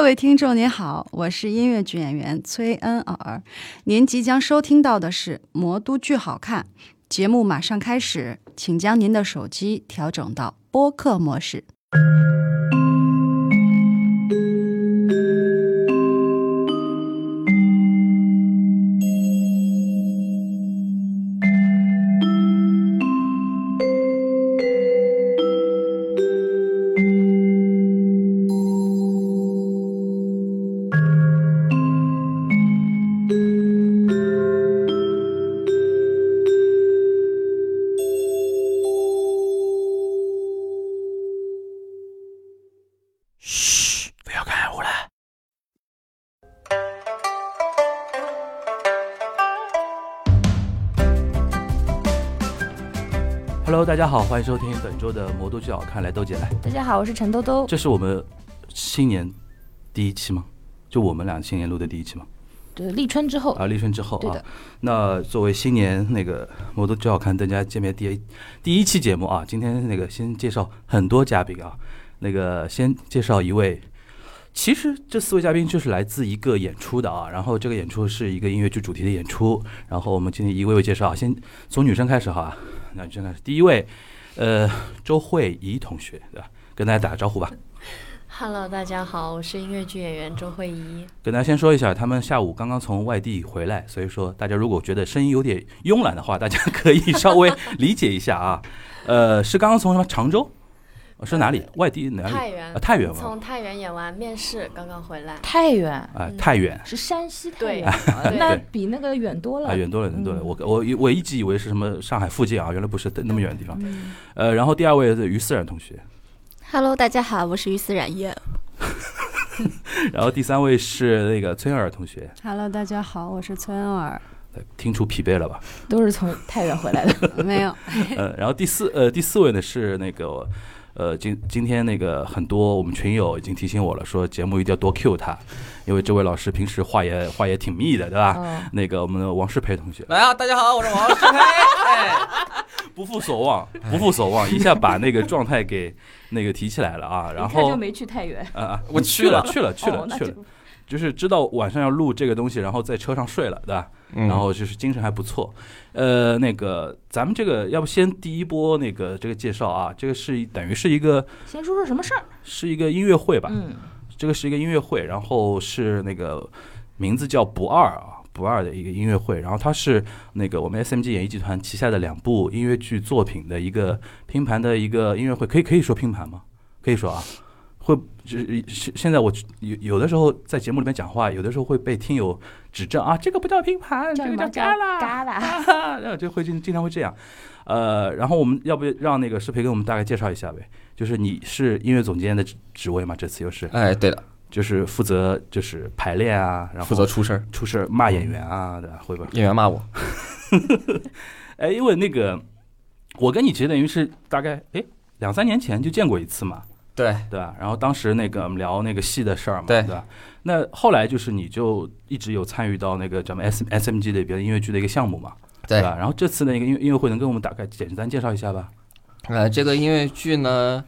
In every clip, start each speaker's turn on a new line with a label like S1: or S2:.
S1: 各位听众您好，我是音乐剧演员崔恩尔。您即将收听到的是《魔都剧好看》节目，马上开始，请将您的手机调整到播客模式。
S2: 嘘，不要看我了。Hello，大家好，欢迎收听本周的《魔都剧好看》，来豆姐来，
S3: 大家好，我是陈兜兜。
S2: 这是我们新年第一期吗？就我们俩新年录的第一期吗？
S3: 对，立春之后，
S2: 啊，立春之后
S3: 对
S2: 啊
S3: 的，
S2: 那作为新年那个《魔都剧好看》跟大家见面第一第一期节目啊，今天那个先介绍很多嘉宾啊，那个先介绍一位，其实这四位嘉宾就是来自一个演出的啊，然后这个演出是一个音乐剧主题的演出，然后我们今天一位位介绍啊，先从女生开始哈，啊那女生开始，第一位，呃，周慧怡同学对吧？跟大家打个招呼吧。
S4: Hello，大家好，我是音乐剧演员周慧怡。
S2: 跟大家先说一下，他们下午刚刚从外地回来，所以说大家如果觉得声音有点慵懒的话，大家可 以稍微理解一下啊。呃，是刚刚从什么常州，呃是哪里？外地哪里？
S4: 太原
S2: 啊，，太原吗？
S4: 从太原演完面试，刚刚回来。
S3: 太原
S2: 啊、
S4: 嗯
S2: 太原
S3: 是山西太
S4: 对
S3: 原，
S4: 对
S3: 那比那个远多
S2: 啊，
S3: 了。
S2: 远多了，远多了。
S3: 嗯
S2: 我我以我一直以为是什么上海附近啊，原来不是那么远的地方。
S4: 嗯
S2: 呃，然后第二位是于思然同学，
S5: Hello，大家好，我是于思冉叶。
S2: 然后第三位是那个崔尔同学，
S1: Hello，大家好，我是崔恩尔。
S2: 呃听出疲惫了吧？
S3: 都是从太原回来 的。
S1: 没有，
S2: 呃，然后第四呃第四位呢是那个呃今今天那个很多我们群友已经提醒我了，说节目一定要多 Q 他，因为这位老师平时话也话也挺密的，对吧？
S3: 嗯，
S2: 那个我们的王世培同学
S6: 来啊，大家好，我是王 世培。哎，
S2: 不负所望，不负所望，一下把那个状态给那个提起来了啊。然
S3: 一看
S2: 后
S3: 就没去太原。
S2: 啊啊，
S6: 我
S2: 去
S6: 去
S2: 了
S6: 了
S2: 去了去了
S3: 哦那
S2: 去
S3: 就
S2: 了，就是知道晚上要录这个东西，然后在车上睡了，对吧？然后就是精神还不错。呃，那个咱们这个要不先第一波那个这个介绍啊，这个是等于是一个
S3: 先说说什么事儿？
S2: 是一个音乐会吧，
S3: 嗯，
S2: 这个是一个音乐会，然后是那个名字叫不二啊。不二的一个音乐会，然后它是那个我们 SMG 演艺集团旗下的两部音乐剧作品的一个拼盘的一个音乐会，可以可以说拼盘吗？可以说啊，会是是现在我有有的时候在节目里面讲话，有的时候会被听友指正啊，这个不叫拼盘，这
S3: 叫什
S2: 个
S3: 么？
S2: 旮旯，
S3: 旮旯。
S2: 啊， 然后就会经经常会这样。呃，然后我们要不让那个师培给我们大概介绍一下呗？就是你是音乐总监的职职位嘛？这次又是
S6: 哎，对了，
S2: 就是负责就是排练啊，然后
S6: 负责出声儿，
S2: 出事儿骂演员啊，对吧？会不会？
S6: 演员骂我。
S2: 哎，因为那个我跟你其实等于是大概哎两三年前就见过一次嘛，
S6: 对，
S2: 对吧？然后当时那个我们聊那个戏的事儿嘛，
S6: 对
S2: 吧？那后来就是你就一直有参与到那个咱们 S S M G 里边的音乐剧的一个项目嘛，
S6: 对
S2: 吧？然后这次那个音乐音乐会能跟我们大概简单介绍一下吧？
S6: 呃，这个音乐剧呢，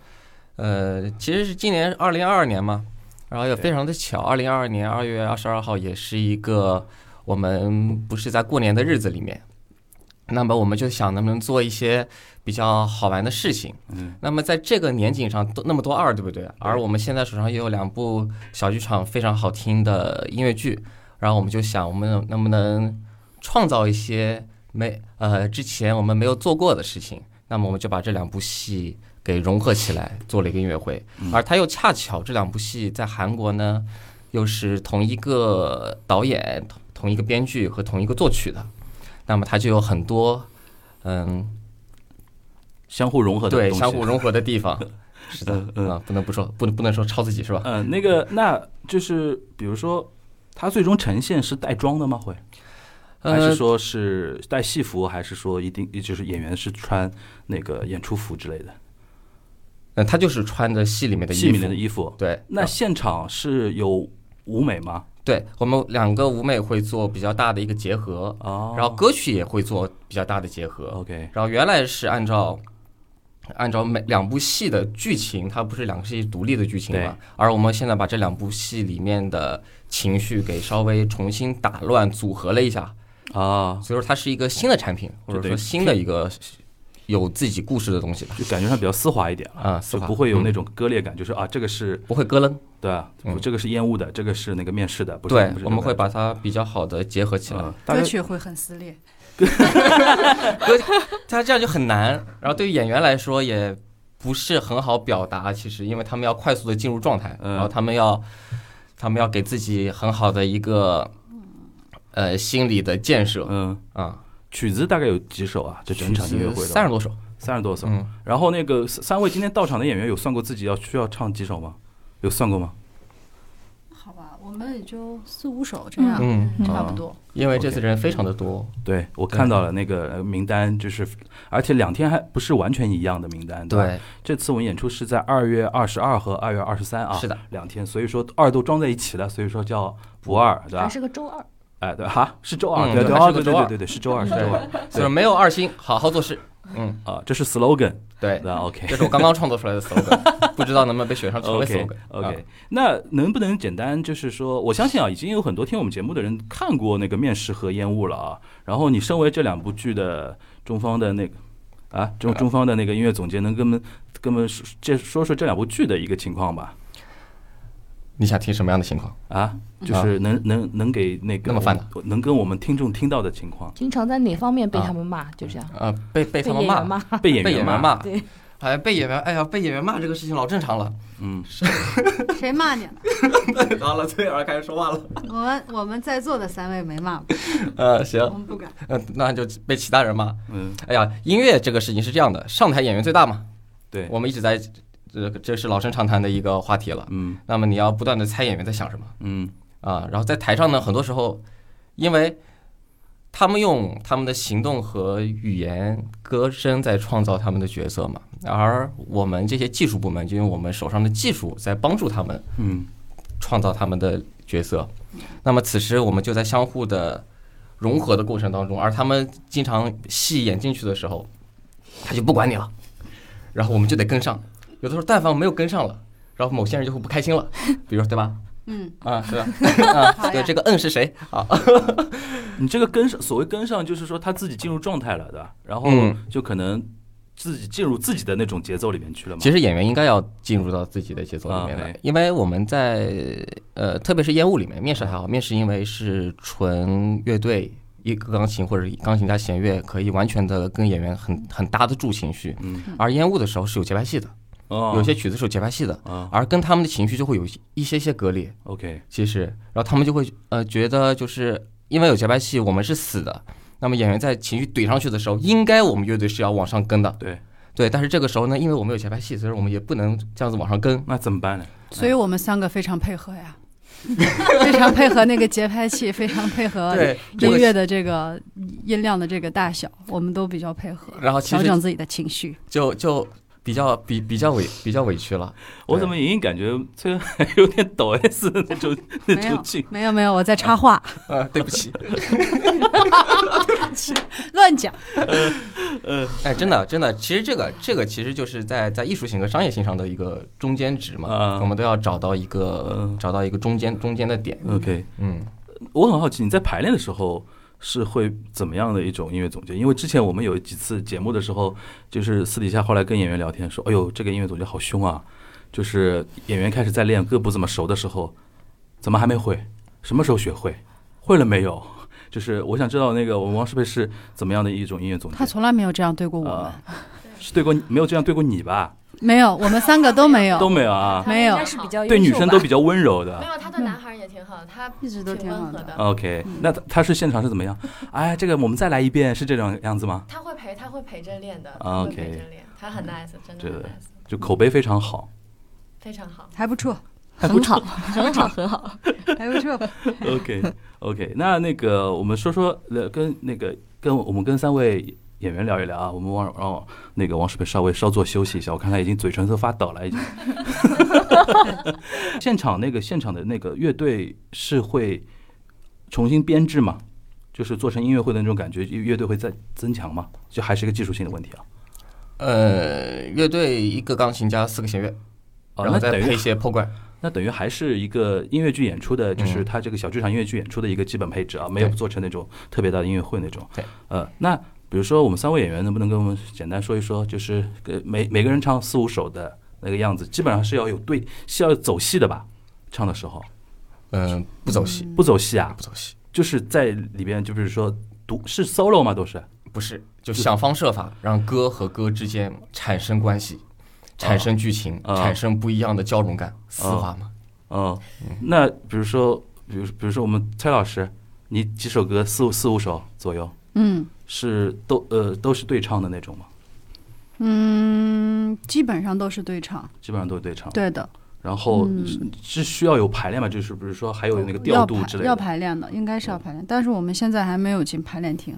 S6: 呃，其实是今年二零二二年嘛，然后也非常的巧，二零二二年二月二十二号也是一个我们不是在过年的日子里面，那么我们就想能不能做一些比较好玩的事情。
S2: 嗯，
S6: 那么在这个年景上都那么多二，对不对？而我们现在手上也有两部小剧场非常好听的音乐剧，然后我们就想，我们能能不能创造一些没呃之前我们没有做过的事情？那么我们就把这两部戏给融合起来，做了一个音乐会。
S2: 嗯
S6: 而它又恰巧这两部戏在韩国呢，又是同一个导演、同同一个编剧和同一个作曲的，那么它就有很多嗯。
S2: 相互融合的
S6: 对
S2: 东西嗯
S6: 相互融合的 地方。是的，啊，不能不说，不能不能说抄自己是吧？
S2: 嗯，那个，那就是比如说，它最终呈现是带妆的吗？会，还是
S6: 呃，
S2: 说是带戏服，还是说一定就是演员是穿那个演出服之类的
S6: 呃他就是穿着戏里面的
S2: 戏
S6: 衣
S2: 里
S6: 服啊
S2: 面的，衣服？
S6: 对，
S2: 那现场是有舞美吗？
S6: 对我们两个舞美会做比较大的一个结合，
S2: 哦，
S6: 然后歌曲也会做比较大的结合。
S2: OK，
S6: 然后原来是按照按照每两部戏的剧情，它不是两个戏独立的剧情
S2: 对
S6: 嘛？而我们现在把这两部戏里面的情绪给稍微重新打乱组合了一下，
S2: 啊，
S6: 所以说它是一个新的产品，或
S2: 就
S6: 者
S2: 等于
S6: 说新的一个有自己故事的东西吧。
S2: 就感觉上比较丝滑一点了，
S6: 啊，
S2: 就
S6: 丝滑
S2: 不会有
S6: 嗯
S2: 那种割裂感，就是啊，这个是
S6: 不会咯楞。
S2: 对啊，
S6: 嗯
S2: 这个是烟雾的，这个是那个面试的，不是
S6: 对
S2: 不，是
S6: 我们会把它比较好的结合起来。
S2: 嗯大
S1: 歌
S2: 概
S1: 曲会很撕裂。
S6: 它这样就很难，然后对于演员来说也不是很好表达，其实因为他们要快速的进入状态，
S2: 嗯
S6: 然后他们要他们要给自己很好的一个呃心理的建设
S2: 嗯，
S6: 啊，
S2: 曲子大概有几首啊？这整场音乐会
S6: 三十
S2: 多
S6: 多首，
S2: 三十多首。
S6: 嗯，
S2: 然后那个三三位今天到场的演员有算过自己要需要唱几首吗？有算过吗？
S1: 好吧，我们也就四五首这
S3: 样
S1: 样，
S6: 嗯
S4: 嗯
S1: 差不
S2: 啊
S1: 多。
S6: 因为这次人非常的多，
S2: 对，我
S6: 对
S2: 看到了那个呃名单，就是而且两天还不是完全一样的名单。吧，
S6: 对，
S2: 这次我们演出是在二月二十二和二月二十三啊，
S6: 是的，
S2: 两天，所以说二都装在一起了，所以说叫不二，对
S3: 还
S2: 吧？
S3: 是个周二，
S2: 哎，对，哈，是周二，
S6: 嗯
S2: 对
S6: 对
S2: 哦对
S6: 是嗯个
S2: 对
S6: 周
S2: 对
S6: 二
S2: 对对，是周二，是
S6: 对
S2: 周二
S6: 就是没有二心，好好做事，嗯，
S2: 啊，这是 slogan，
S6: 对，
S2: 那 OK。
S6: 这是我刚刚创作出来的 slogan，不知道能不能被选上成为
S2: OK
S6: slogan 啊。
S2: OK，那能不能简单就是说，我相信啊，已经有很多听我们节目的人看过那个《面试》和《烟雾》了啊。然后你身为这两部剧的中方的那个啊
S6: 呃
S2: 中中方的那个音乐总监，能跟我们跟我们说这说说这两部剧的一个情况吧？
S6: 你想听什么样的情况？
S2: 啊，就是能能能给那个
S6: 那么犯的
S2: 能跟我们听众听到的情况，
S3: 经常在哪方面被
S2: 啊
S3: 他们骂？就这样，
S6: 呃，被被他们
S3: 演
S6: 骂
S3: 员，骂，
S2: 被演
S6: 被
S2: 员
S6: 演员
S2: 嘛，
S6: 骂，
S3: 对，
S6: 好像被演员，哎呀，被演员骂这个事情老正常了。
S2: 嗯，
S1: 谁骂你了？ 呃
S6: 好了，崔儿开始说话了。
S1: 我们我们在座的三位没骂，
S6: 呃，行，
S1: 们不敢。
S6: 嗯、那就被其他人骂。
S2: 嗯，
S6: 哎呀，音乐这个事情是这样的，上台演员最大嘛，
S2: 对，
S6: 我们一直在，这这是老生常谈的一个话题了。
S2: 嗯
S6: 那么你要不断的猜演员在想什么
S2: 嗯
S6: 啊，然后在台上呢，很多时候，因为他们用他们的行动和语言、歌声在创造他们的角色嘛，而我们这些技术部门就用我们手上的技术在帮助他们
S2: 嗯
S6: 创造他们的角色。那么此时我们就在相互的融合的过程当中，而他们经常戏演进去的时候，他就不管你了，然后我们就得跟上。有的时候但凡没有跟上了，然后某些人就会不开心了，比如说对吧？
S1: 嗯，
S6: 啊，是吧？啊，
S1: 好呀
S6: 对这个嗯是谁啊？
S2: 你这个跟上，所谓跟上，就是说他自己进入状态了，对吧？然后
S6: 嗯
S2: 就可能自己进入自己的那种节奏里面去了嘛。
S6: 其实演员应该要进入到自己的节奏里面
S2: 啊
S6: 来
S2: 对，
S6: 因为我们在呃，特别是烟雾里面面试还好，面试因为是纯乐队一个钢琴或者钢琴加弦乐，可以完全的跟演员很很搭得住情绪。
S2: 嗯，
S6: 而烟雾的时候是有节拍器的，
S2: 哦
S6: 有些曲子是有节拍器的，
S2: 啊
S6: 而跟他们的情绪就会有一些些割裂。
S2: ，OK，
S6: 其实，然后他们就会呃觉得就是因为有节拍器，我们是死的。那么演员在情绪怼上去的时候，应该我们乐队是要往上跟的，
S2: 对，
S6: 对。但是这个时候呢，因为我们有节拍器，所以我们也不能这样子往上跟。
S2: 那怎么办呢？
S1: 所以我们三个非常配合呀， 非常配合那个节拍器， 非常配合
S6: 对，这
S1: 音
S6: 个
S1: 乐的这个音量的这个大小，我们都比较配合，
S6: 然后其
S1: 调
S6: 实
S1: 整自己的情绪。
S6: 就就比较比比较委比较委屈 了。
S2: 我怎么隐隐感觉崔还 有点抖 S 的那种那
S1: 没有
S2: 种劲？
S1: 没有没有，我在插话，
S6: 呃，对不起，
S1: 乱讲。
S6: 哎，真的真的，其实这个这个其实就是在在艺术性和商业性上的一个中间值嘛，
S2: 啊
S6: 我们都要找到一个
S2: 嗯
S6: 找到一个中间中间的点。
S2: OK，
S6: 嗯，
S2: 我很好奇你在排练的时候。是会怎么样的一种音乐总监？因为之前我们有几次节目的时候，就是私底下后来跟演员聊天说：“哎呦，这个音乐总监好凶啊！”就是演员开始在练歌不怎么熟的时候，怎么还没会？什么时候学会？会了没有？就是我想知道那个我们王师辈是怎么样的一种音乐总监？
S1: 他从来没有这样对过我们，
S2: 啊，是对过你没有这样对过你吧？
S1: 没有，我们三个都没有，
S2: 都没有啊，
S1: 没有
S4: 应该
S3: 是
S4: 是
S3: 比
S4: 比
S3: 较
S2: 对女生 都比较温柔
S4: 没
S2: 的。
S4: 有，他对男孩儿也挺好，他
S1: 一直都
S4: 挺
S1: 挺好
S4: 温和
S1: 的。
S4: 的。
S2: OK，那他他是现场是怎么样？哎，这个我们再来一遍，是这种样子吗？
S4: 他会陪，他会陪着练的，
S2: 啊
S4: 他会
S2: OK
S4: 陪着练，他很 nice，真的
S2: 这
S4: 很
S2: 个
S4: nice，
S2: 就口碑非常 好。
S4: 非常好。
S1: 还不错，
S5: 很好，很好，很好。
S1: 还不错。
S2: OK OK，那那个我们说说呃，跟那个跟我们跟三位演员聊一聊啊，我们往让那个王师培稍微稍作休息一下，我看他已经嘴唇都发抖了，已经。 现场那个现场的那个乐队是会重新编制吗？就是做成音乐会的那种感觉，乐乐队会再增强吗？就还是一个技术性的问题啊。
S6: 呃，乐队一个钢琴加四个弦乐，
S2: 哦，
S6: 然
S2: 那
S6: 后再
S2: 等
S6: 配
S2: 于
S6: 一些破罐。
S2: 那等于还是一个音乐剧演出的，就是它这个小剧场音乐剧演出的一个基本配置啊，没有
S6: 嗯对
S2: 做成那种特别大的音乐会那种。
S6: 对，
S2: 呃，那比如说我们三位演员能不能跟我们简单说一说，就是呃每每个人唱四五首的那个样子，基本上是要有对是要走戏的吧？唱的时候
S6: 嗯，不走戏，
S2: 不走戏啊，
S6: 不走戏，
S2: 就是在里边就比如说独是 solo 吗？都是
S6: 不是，就想方设法让歌和歌之间产生关系，产生剧情，
S2: 啊
S6: 产生不一样的交融感，丝滑嘛。
S2: 嗯，那比如说比如比如说我们崔老师，你几首歌四五四五首左右
S1: 嗯
S2: 是都呃都是对唱的那种吗？
S1: 嗯，基本上都是对唱，
S2: 基本上都是对唱。
S1: 对的，
S2: 然后是是需要有排练吗？就是比如说还有那个调
S1: 要
S2: 度
S1: 排
S2: 之类
S1: 要
S2: 的。
S1: 排练的，应该是要排练，但是我们现在还没有进排练厅，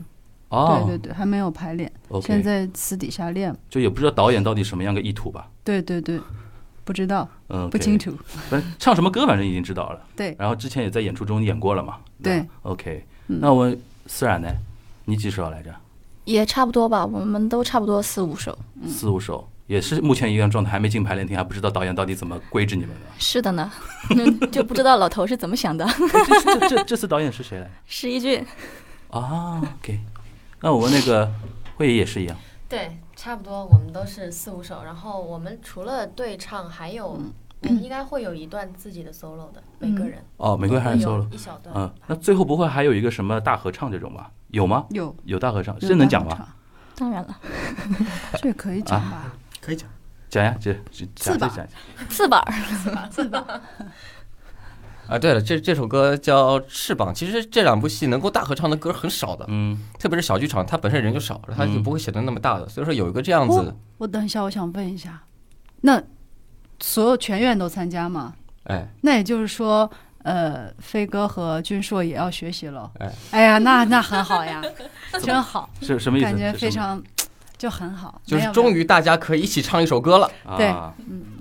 S2: 哦，
S1: 对对对，还没有排练，
S2: o
S1: 现
S2: k
S1: 在私底下练，
S2: 就也不知道导演到底什么样个意图吧？
S1: 对对对，不知道
S2: 嗯，
S1: 不清。楚，
S2: 反正唱什么歌，反正已经知道了。
S1: 对
S2: 然后之前也在演出中演过了嘛。
S1: 对
S2: 吧，OK，
S1: 嗯
S2: 那我思然呢？你几首来着？
S5: 也差不多吧，我们都差不多四五首。
S1: 嗯
S2: 四五首，也是目前一样状态，还没进排练厅，还不知道导演到底怎么规制你们的。
S5: 是的呢， 嗯就不知道老头是怎么想的。
S2: 哎这这这这次导演是谁来着？
S5: 十一句，
S2: 啊，OK，那我们那个会议也是一样。
S4: 对，差不多，我们都是四五首。然后我们除了对唱，还有、
S1: 嗯
S4: 我们应该会有一段自己的 solo 的，每个人
S2: 哦，玫瑰还
S4: 会
S2: 是
S4: 有
S2: solo。
S4: 一小段。
S2: 嗯，那最后不会还有一个什么大合唱这种吧？有吗？
S1: 有
S2: 有大合唱，这能讲
S1: 有大
S2: 吗？
S1: 合
S5: 当然了，
S1: 唱？ 这可以讲
S2: 啊
S1: 吧？
S6: 可以讲。
S2: 讲呀，这这讲
S1: 自
S2: 这
S1: 吧
S2: 讲一下。
S5: 四板儿，
S6: 啊，对了，这这首歌叫《翅膀》。其实这两部戏能够大合唱的歌很少的，
S2: 嗯，
S6: 特别是小剧场，它本身人就少了，它就
S2: 嗯
S6: 不会显得那么大的。所以说有一个这样子，
S1: 我等一下，我想问一下，那所有全院都参加吗？
S6: 哎，
S1: 那也就是说，呃，飞哥和俊硕也要学习了。
S6: 哎
S1: 呀，那那很好 呀，真好，
S2: 是什么意
S1: 嗯
S2: 思？
S1: 感觉
S2: 是
S1: 非
S2: 什么
S1: 常就很好，
S6: 就是
S1: 没有
S6: 终，于大家可以一起唱一首歌了，
S1: 对
S2: 啊，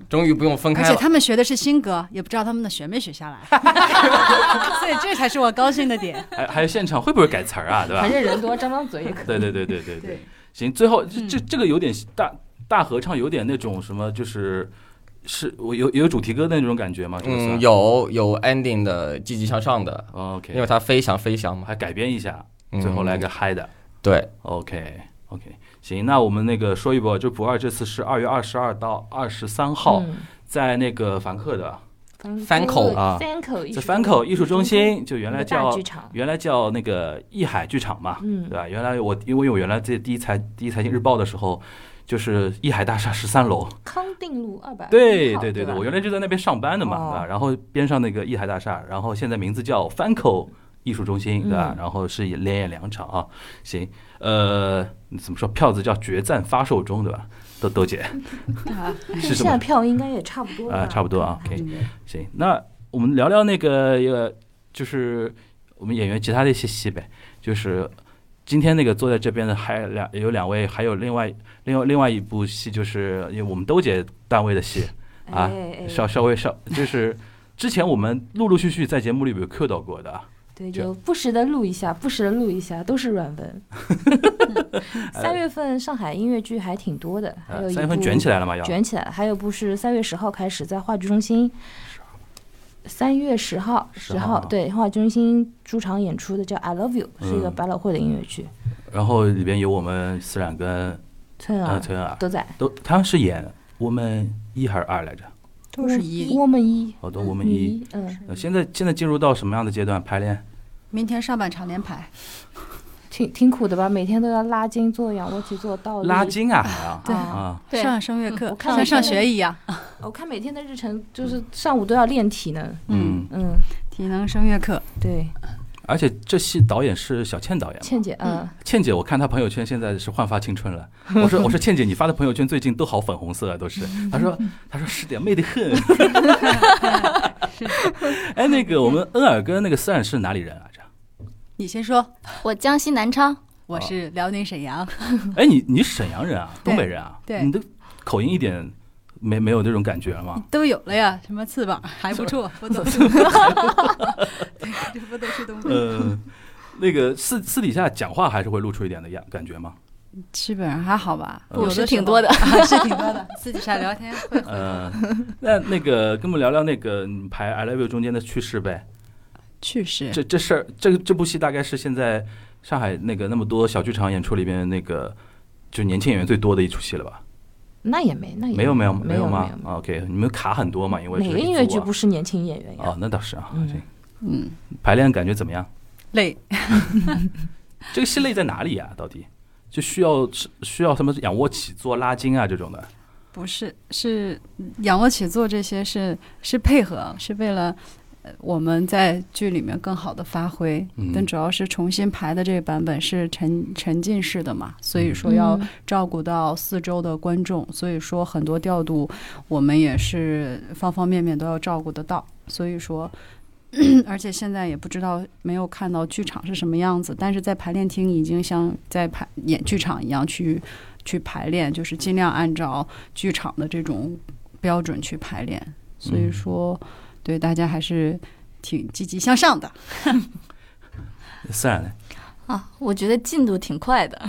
S6: 终于不用分
S1: 没有而
S6: 开
S1: 且
S6: 了。嗯
S1: 他们学的是新歌，也不知道他们的学没学下来， 所以这才是我高兴的点。
S2: 还还有现场会不会改词儿啊？ 对吧
S3: 反？正人多，张张嘴也可以。
S2: 对对对对对 对
S1: 对。
S2: 行，最后这
S1: 嗯
S2: 这这个有点大大合唱，有点那种什么，就是是我有有主题歌的那种感觉吗？这个
S6: 嗯，
S2: 算。
S6: 有有 ending 的积极向上的，
S2: 哦
S6: 因
S2: OK，
S6: 为它飞翔飞翔嘛，
S2: 还改编一下，
S6: 嗯
S2: 最后来个嗨的。
S6: 对，
S2: OK OK，行，那我们那个说一波，就不二这次是二月二十二到二十三
S1: 嗯
S2: 号，在那个凡客的，
S3: 嗯，
S6: 翻口
S2: 啊
S3: 翻口，
S2: 在凡口艺术中，心，就原来
S3: 一个
S2: 叫
S3: 大剧场。
S2: 原来叫那个艺海剧场嘛，
S3: 嗯
S2: 对吧？原来我因为我原来在第一财第一财经日报的时候，就是艺海大厦十三
S3: 啊
S2: 楼，
S3: 康定路二百。
S2: 对对对对，
S3: 吧
S2: 我原来就在那边上班的嘛，
S3: 哦
S2: 对吧？然后边上那个艺海大厦，然后现在名字叫番口艺术中心，对
S3: 嗯
S2: 吧？然后是连演两场啊，行，呃，怎么说，票子叫决战发售中，对吧？豆豆姐
S1: 啊
S2: 是什
S3: 现在
S2: 么
S3: 票应该也差不多吧
S2: 啊？差不多啊，OK，行，
S1: 嗯
S2: 那我们聊聊那个呃，就是我们演员其他的一些戏呗，就是。今天那个坐在这边的还两有两位，还有另外另外另外一部戏，就是因为我们豆姐单位的戏，啊
S3: 哎哎
S2: 稍稍微稍就是之前我们陆陆续续在节目里有 cue 到过的啊，
S3: 对，
S2: 这
S3: 就不时的录一下，不时的录一下，都是软文。 三月份上海音乐剧还挺多的，还有
S2: 呃，
S3: 一
S2: 三月份卷起
S3: 来，
S2: 来了嘛要，
S3: 卷起来，还有部是三月十号开始在话剧中心。三月十号，
S2: 10
S3: 十
S2: 号
S3: 号
S2: 啊
S3: 对话剧中心驻场演出的叫《I Love You》，是一个
S2: 嗯
S3: 百老汇的音乐剧，
S2: 然后里边有我们思冉跟
S3: 崔恩
S2: 呃
S3: 尔
S2: 崔恩尔
S3: 啊都在，
S2: 都，他们是演我们一还是二来着？
S1: 都是一。
S3: 我们一，
S2: 好多我们
S3: 女
S2: 一，
S3: 一，嗯，
S2: 呃现在现在进入到什么样的阶段排练？
S1: 明天上半场连排，
S3: 挺挺苦的吧？每天都要拉筋、做仰卧起坐、倒立
S2: 拉。筋啊还啊
S3: 哦对嗯
S2: 啊，
S5: 对
S1: 上声乐课
S3: 我，看
S1: 像上
S3: 了
S1: 学一样。
S3: 我哦看每天的日程就是上午都要练体能，
S2: 嗯，
S3: 嗯，
S1: 体能声乐课，
S3: 对，
S2: 而且这戏导演是小倩导演嘛，
S3: 倩姐，嗯，
S2: 倩姐，我看她朋友圈现在是焕发青春了。我 说我说倩姐，你发的朋友圈最近都好粉红色啊，都 是。她说她说 是点媚的很。哎，那个我们恩尔跟那个思冉是哪里人来啊着？
S1: 你先说，
S5: 我江西南昌，
S1: 我是辽宁沈阳，
S2: 哎，你你沈阳人啊，
S1: 对
S2: 东北人啊，
S1: 对
S2: 你的口音一点没没有那种感觉了 吗？
S1: 都有了呀，什么翅膀还不 错，不都是， 不都是东北？
S2: 呃，那个私私底下讲话还是会露出一点的样感觉吗？
S1: 基本上还好吧，
S5: 故
S1: 有
S5: 事
S1: 的时
S5: 挺
S1: 候
S5: 多的
S1: 啊嗯 是挺多的。私底下聊天会
S2: 嗯，那那个跟我们聊聊那个你排《I Love You》中间的趣事呗。
S1: 趣事，
S2: 这这事儿，这这部戏大概是现在上海那个那么多小剧场演出里边那个就年轻演员最多的一出戏了吧？
S3: 那也没，那也
S2: 没有没有
S3: 没
S2: 有
S3: 有
S2: 吗
S3: 没有
S2: 啊？OK，你们卡很多嘛？因为
S3: 哪
S2: 是
S3: 个
S2: 一
S3: 音乐
S2: 组
S3: 剧
S2: 啊
S3: 不是年轻演员呀？
S2: 哦，那倒是啊。
S3: 嗯
S2: 这
S1: 嗯，
S2: 排练感觉怎么样？
S1: 累，
S2: 这个戏累在哪里啊？到底就需要需要什么仰卧起坐、拉筋啊这种的？
S1: 不是，是仰卧起坐这些是是配合，是为了呃我们在剧里面更好的发挥。
S2: 嗯
S1: 但主要是重新排的这个版本是沉沉浸式的嘛，所以说要
S3: 嗯
S1: 照顾到四周的观众，所以说很多调度我们也是方方面面都要照顾得到。所以说， 而且现在也不知道没有看到剧场是什么样子，但是在排练厅已经像在排演剧场一样去去排练，就是尽量按照剧场的这种标准去排练。所以
S2: 嗯
S1: 说，对大家还是挺积极向上的。
S2: 虽然呢，
S5: 啊，我觉得进度挺快的，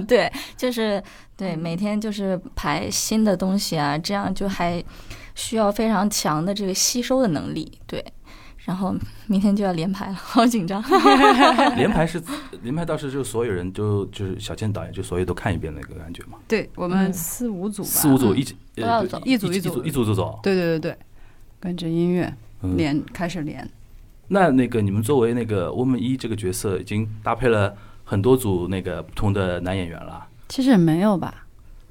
S5: 对，就是对，每天就是排新的东西啊，这样就还需要非常强的这个吸收的能力，对。然后明天就要连排了，好紧张。
S2: 连排是连排，当时就所有人就就是小健导演就所有都看一遍那个感觉嘛，
S1: 对我
S3: 们
S1: 们四五组吧，
S2: 嗯四五组一
S1: 嗯
S2: 起
S5: 都
S2: 呃
S5: 要
S2: 不
S5: 走
S1: 一组
S2: 一
S1: 一组
S2: 组一组就走。
S1: 对对对对，跟着音乐
S2: 嗯
S1: 连开始连。
S2: 那那个你们作为那个 woman 一这个角色，已经搭配了很多组那个不同的男演员了。
S1: 其实也没有吧，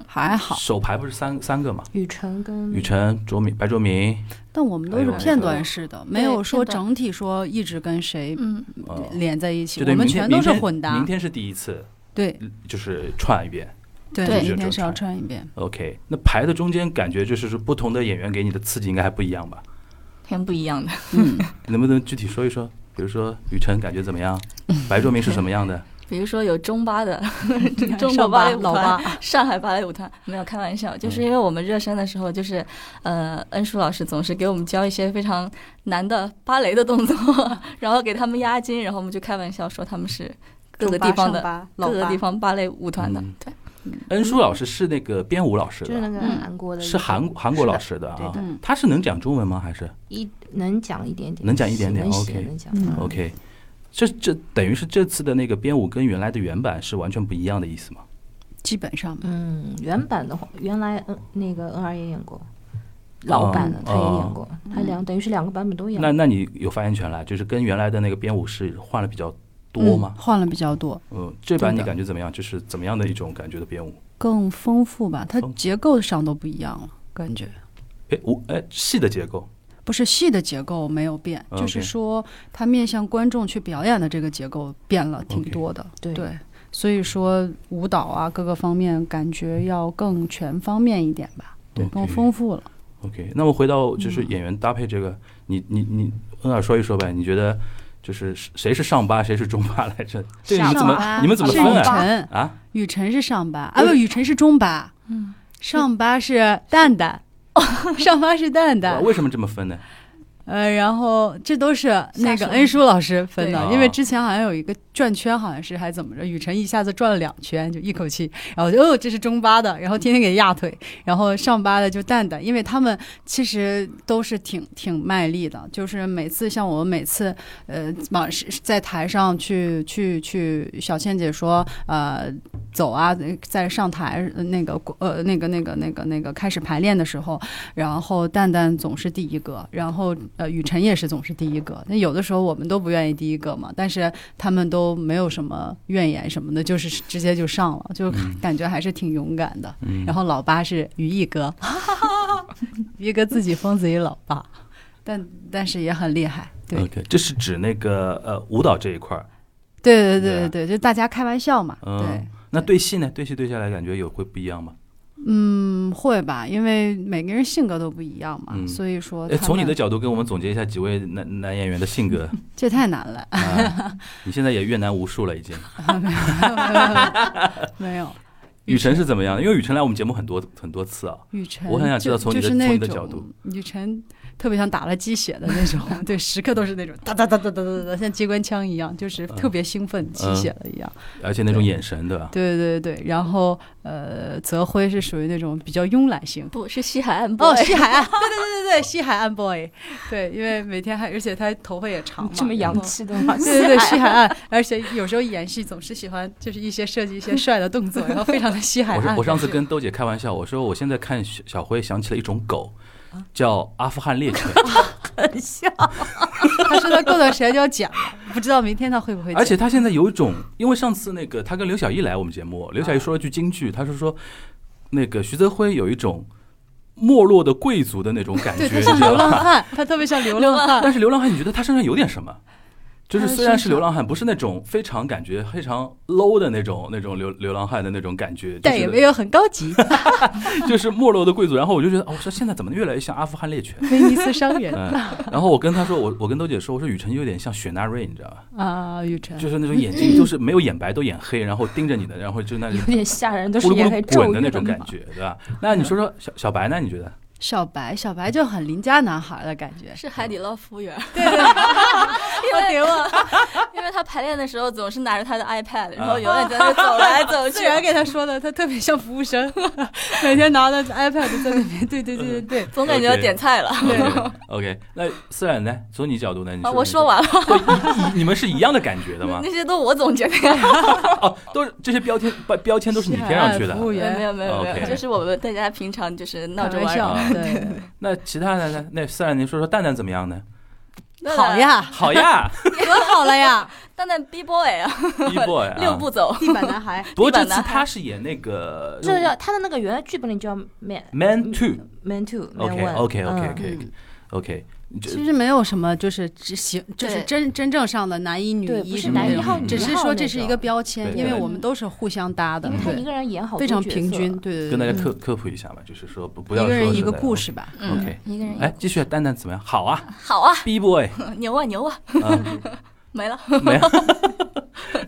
S1: 还好。
S2: 首排不是三三个嘛？
S3: 雨辰跟
S2: 雨辰、卓明、白卓明，
S1: 但我们都是
S2: 还有
S1: 片段式的，没有说
S5: 片段
S1: 整体说一直跟谁
S5: 嗯，
S2: 呃，
S1: 连在一起，
S2: 就
S1: 我
S2: 对，
S1: 们
S2: 明天
S1: 全都是
S2: 明天
S1: 混搭
S2: 明。天是第一次，
S1: 对
S2: 就是串一遍。
S5: 对
S1: 明天是要穿一 遍。
S2: OK，那排的中间感觉就是说不同的演员给你的刺激应该还不一样吧？
S5: 挺不一样的。
S1: 嗯，
S2: 能不能具体说一说？比如说雨辰感觉怎么 样？白卓明是什么样的？
S5: 比如说有中巴的 中国
S1: 上
S5: 芭
S1: 吧
S5: 蕾舞
S1: 老
S5: 团、
S1: 八，
S5: 上海芭蕾舞团，没有开玩笑，就是因为我们热身的时候，就是呃，恩舒老师总是给我们教一些非常难的芭蕾的动作， 然后给他们压惊，然后我们就开玩笑说他们是各个地方的
S1: 的
S5: 各个地方芭蕾舞团的
S2: 嗯，
S5: 对，
S2: 恩舒老师是那个编舞老师
S3: 就是那
S2: 的，
S3: 个
S5: 嗯
S3: 韩国的一个，
S2: 是韩韩国
S3: 是的
S2: 老师的啊
S3: 对。
S1: 嗯，
S2: 他是能讲中文吗？还是？
S3: 一能讲一点点，
S2: 能讲一点点
S3: 能写
S2: OK
S3: 能讲。
S1: 嗯
S2: OK，这这等于是这次的那个编舞跟原来的原版是完全不一样的意思吗？
S1: 基本上吧
S3: 嗯，原版的话，原来嗯那个恩儿也演过，老版的他也演过，他两等于是两个版本都演
S2: 哦嗯那
S3: 过。
S2: 那你有发言权了，就是跟原来的那个编舞是换了比较多
S1: 嗯
S2: 吗？
S1: 换了比较多，
S2: 嗯，这版你
S1: 对的
S2: 感觉怎么样？就是怎么样的一种感觉的编舞？
S1: 更丰富吧，它
S2: 丰富
S1: 结构上都不一样了，感觉。
S2: 哎，我哎，戏的结构，
S1: 不是戏的结构没有变，
S2: 哦 OK
S1: 就是说它面向观众去表演的这个结构变了挺
S2: OK
S1: 多的。
S3: 对
S1: 对，所以说舞蹈啊各个方面感觉要更全方面一点吧，对，嗯更
S2: OK
S1: 丰富了。
S2: OK，那么回到就是演员搭配这个，你你你，恩尔说一说呗，你觉得就是谁是上巴，谁是中巴来着？这个你们怎么
S1: 巴
S2: 你们怎么
S1: 是
S2: 分
S1: 雨
S2: 啊？呃
S1: 辰，
S2: 啊，
S1: 雨辰是上巴，啊不，雨辰是中巴，
S5: 嗯，
S1: 上巴是蛋 蛋，上巴是蛋蛋。
S2: 为什么这么分呢？
S1: 呃，然后这都是那个
S5: 下手
S1: 恩舒老师分的，
S2: 对
S1: 因为之前好像有一个转圈，好像是还怎么着，雨辰一下子转了两圈，就一口气，然后就哦，这是中巴的，然后天天给压腿，然后上巴的就蛋蛋，因为他们其实都是挺挺卖力的，就是每次像我们每次呃往是在台上去去去，小倩姐说呃走啊，在上台呃那个呃那个那个那个那个开始排练的时候，然后蛋蛋总是第一个，然后呃雨辰也是总是第一个。那有的时候我们都不愿意第一个嘛，但是他们都没有什么怨言什么的，就是直接就上了，就
S2: 嗯
S1: 感觉还是挺勇敢的。
S2: 嗯
S1: 然后老八是于毅哥， 于毅哥自己封自己老八，但但是也很厉害。对、
S2: ，OK，这是指那个呃舞蹈这一块儿。
S1: 对对对
S2: 对啊
S1: 对对，就大家开玩笑嘛。
S2: 嗯
S1: 对，
S2: 那对戏呢？对戏对下来感觉有会不一样吗？
S1: 嗯，会吧，因为每个人性格都不一样嘛，
S2: 嗯
S1: 所以说
S2: 哎，
S1: 他
S2: 从你
S1: 们
S2: 的角度跟我们总结一下几位男男演员的性 格。
S1: 这太难了。
S2: 啊、你现在也越南无数了，已经。
S1: 没有没有没有没有，
S2: 雨辰是怎么样的？因为雨辰来我们节目很多很多次啊，
S1: 雨辰，
S2: 我很想知道
S1: 就
S2: 从你的
S1: 就是那
S2: 从
S1: 种
S2: 你的角度，
S1: 雨辰特别像打了鸡血的那 种，对，时刻都是那种哒哒哒哒哒哒哒，像机关枪一样，就是
S2: 嗯
S1: 特别兴奋、起血了一样。
S2: 而且那种眼神，对吧？
S1: 对对对，然后呃，泽辉是属于那种比较慵懒型。
S5: 不是西海岸
S1: 哦，
S5: boy
S1: 西海岸，对对对对对，西海岸 boy，对，因为每天还，而且他头发也长嘛，
S3: 这么洋气的吗？
S1: 对对对，西海岸，而且有时候演戏总是喜欢就是一些设计一些帅的动作，然后非常的西海
S2: 我是
S1: 岸。
S2: 我上次跟豆姐开玩笑，我说我现在看小小辉想起了一种狗，
S1: 啊
S2: 叫阿富汗 猎犬，
S3: 很像，
S1: 他说他过段时间就要讲了，不知道明天他会不会讲。
S2: 而且他现在有一种，因为上次那个他跟刘晓一来我们节目，刘晓
S1: 啊
S2: 一说了句京剧，他是说那个徐泽辉有一种没落的贵族的那种感觉，
S1: 对他
S2: 你
S1: 像
S2: 知道
S1: 流
S2: 吧
S1: 浪汉，他特别像流浪汉。
S2: 但是流浪汉，你觉得他身上有点什么？就是
S1: 他的
S2: 虽然
S1: 身
S2: 是流浪汉，不是那种非常感觉非常 low 的那种那种流流浪汉的那种感 觉，
S1: 但也没
S2: 有
S1: 有很高 级，
S2: 就是没落的贵族。然后我就觉得，哦，我说现在怎么越来越像阿富汗猎犬？
S1: 威尼斯商人
S2: 嗯，然后我跟他说，我我跟豆姐说，我说雨辰有点像雪纳瑞，你知道吧？
S1: 啊，雨辰
S2: 就是那种眼睛就是没有眼白都眼黑，然后盯着你的，然后就 那里
S3: 有点吓人，都是
S2: 咕噜
S3: 眼
S2: 咕
S3: 黑
S2: 噜滚
S3: 咒
S2: 的
S3: 语
S2: 那种
S3: 嘛
S2: 感觉，对吧？那你说说小小白呢？你觉得？
S1: 小白，小白就很邻家男孩的感觉。
S5: 是海底捞服务员，
S1: 我给我，
S5: 因为他排练的时候总是拿着他的 iPad，然后永远在那走来走 去
S1: 自，然给他说的，他特别像服务生， 每天拿着 iPad 在那边，对对对对对。
S2: 嗯
S5: 总感觉要点菜了。
S2: OK，, o k 那思然呢？从你角度呢？你
S5: 啊，
S2: 说
S5: 我说完了，
S2: 了，你你们是一样的感觉的吗？
S5: 那些都我总结的呀。
S2: 哦，都是这些标签标标签都是你贴上去
S1: 服务
S2: 的。
S5: 没
S1: 员，
S5: 有没有没有，
S2: OK
S5: 就是我们大家平常就是闹
S1: 开
S5: 着
S1: 玩
S5: 玩
S1: 笑
S5: 儿。，
S2: 啊
S1: 对，
S2: 那其他的呢？那思然，您说说蛋蛋怎么样呢？
S5: 那
S1: 好，呀，
S2: 好 呀
S1: 可好了 呀，
S5: 蛋蛋 B boy 啊，
S2: ，B boy 啊，
S5: 六步走。
S1: 地板男 孩，
S2: 不过
S5: 地
S2: 这
S5: 板
S2: 次
S5: 男
S2: 他是演那 个
S3: 这叫他的那个原来剧本里叫 man
S2: Man Two。
S3: man two man
S2: OK
S3: one。
S2: OK OK
S3: 嗯
S2: OK OK，
S1: 其实没有什么，就是只喜，就是
S5: 对
S1: 真真正上的男一女
S3: 对，
S1: 一
S3: 不
S1: 什
S3: 是
S1: 么的
S3: 男一
S2: 那
S3: 号
S2: 种
S3: 嗯女一号那种，
S1: 只是说这是一个标签，
S2: 对
S1: 因为
S2: 对
S1: 我们都是互相搭的，
S3: 因为他一
S1: 对，
S3: 个人演好
S1: 非常
S3: 多角色
S1: 平均，。对对
S2: 跟大
S1: 对
S2: 家
S3: 嗯
S2: 科科普一下吧，就是说不不
S1: 对，
S2: 要
S1: 一个
S2: 说
S1: 人一
S2: 是
S1: 个
S2: 在
S1: 故。事吧，
S5: 嗯
S2: OK
S5: 一个人
S2: 哎，继续，蛋蛋怎么样？好啊
S5: 好啊，
S2: ，B boy
S5: 牛啊牛啊，
S2: 啊，
S5: 没了。
S2: 没有。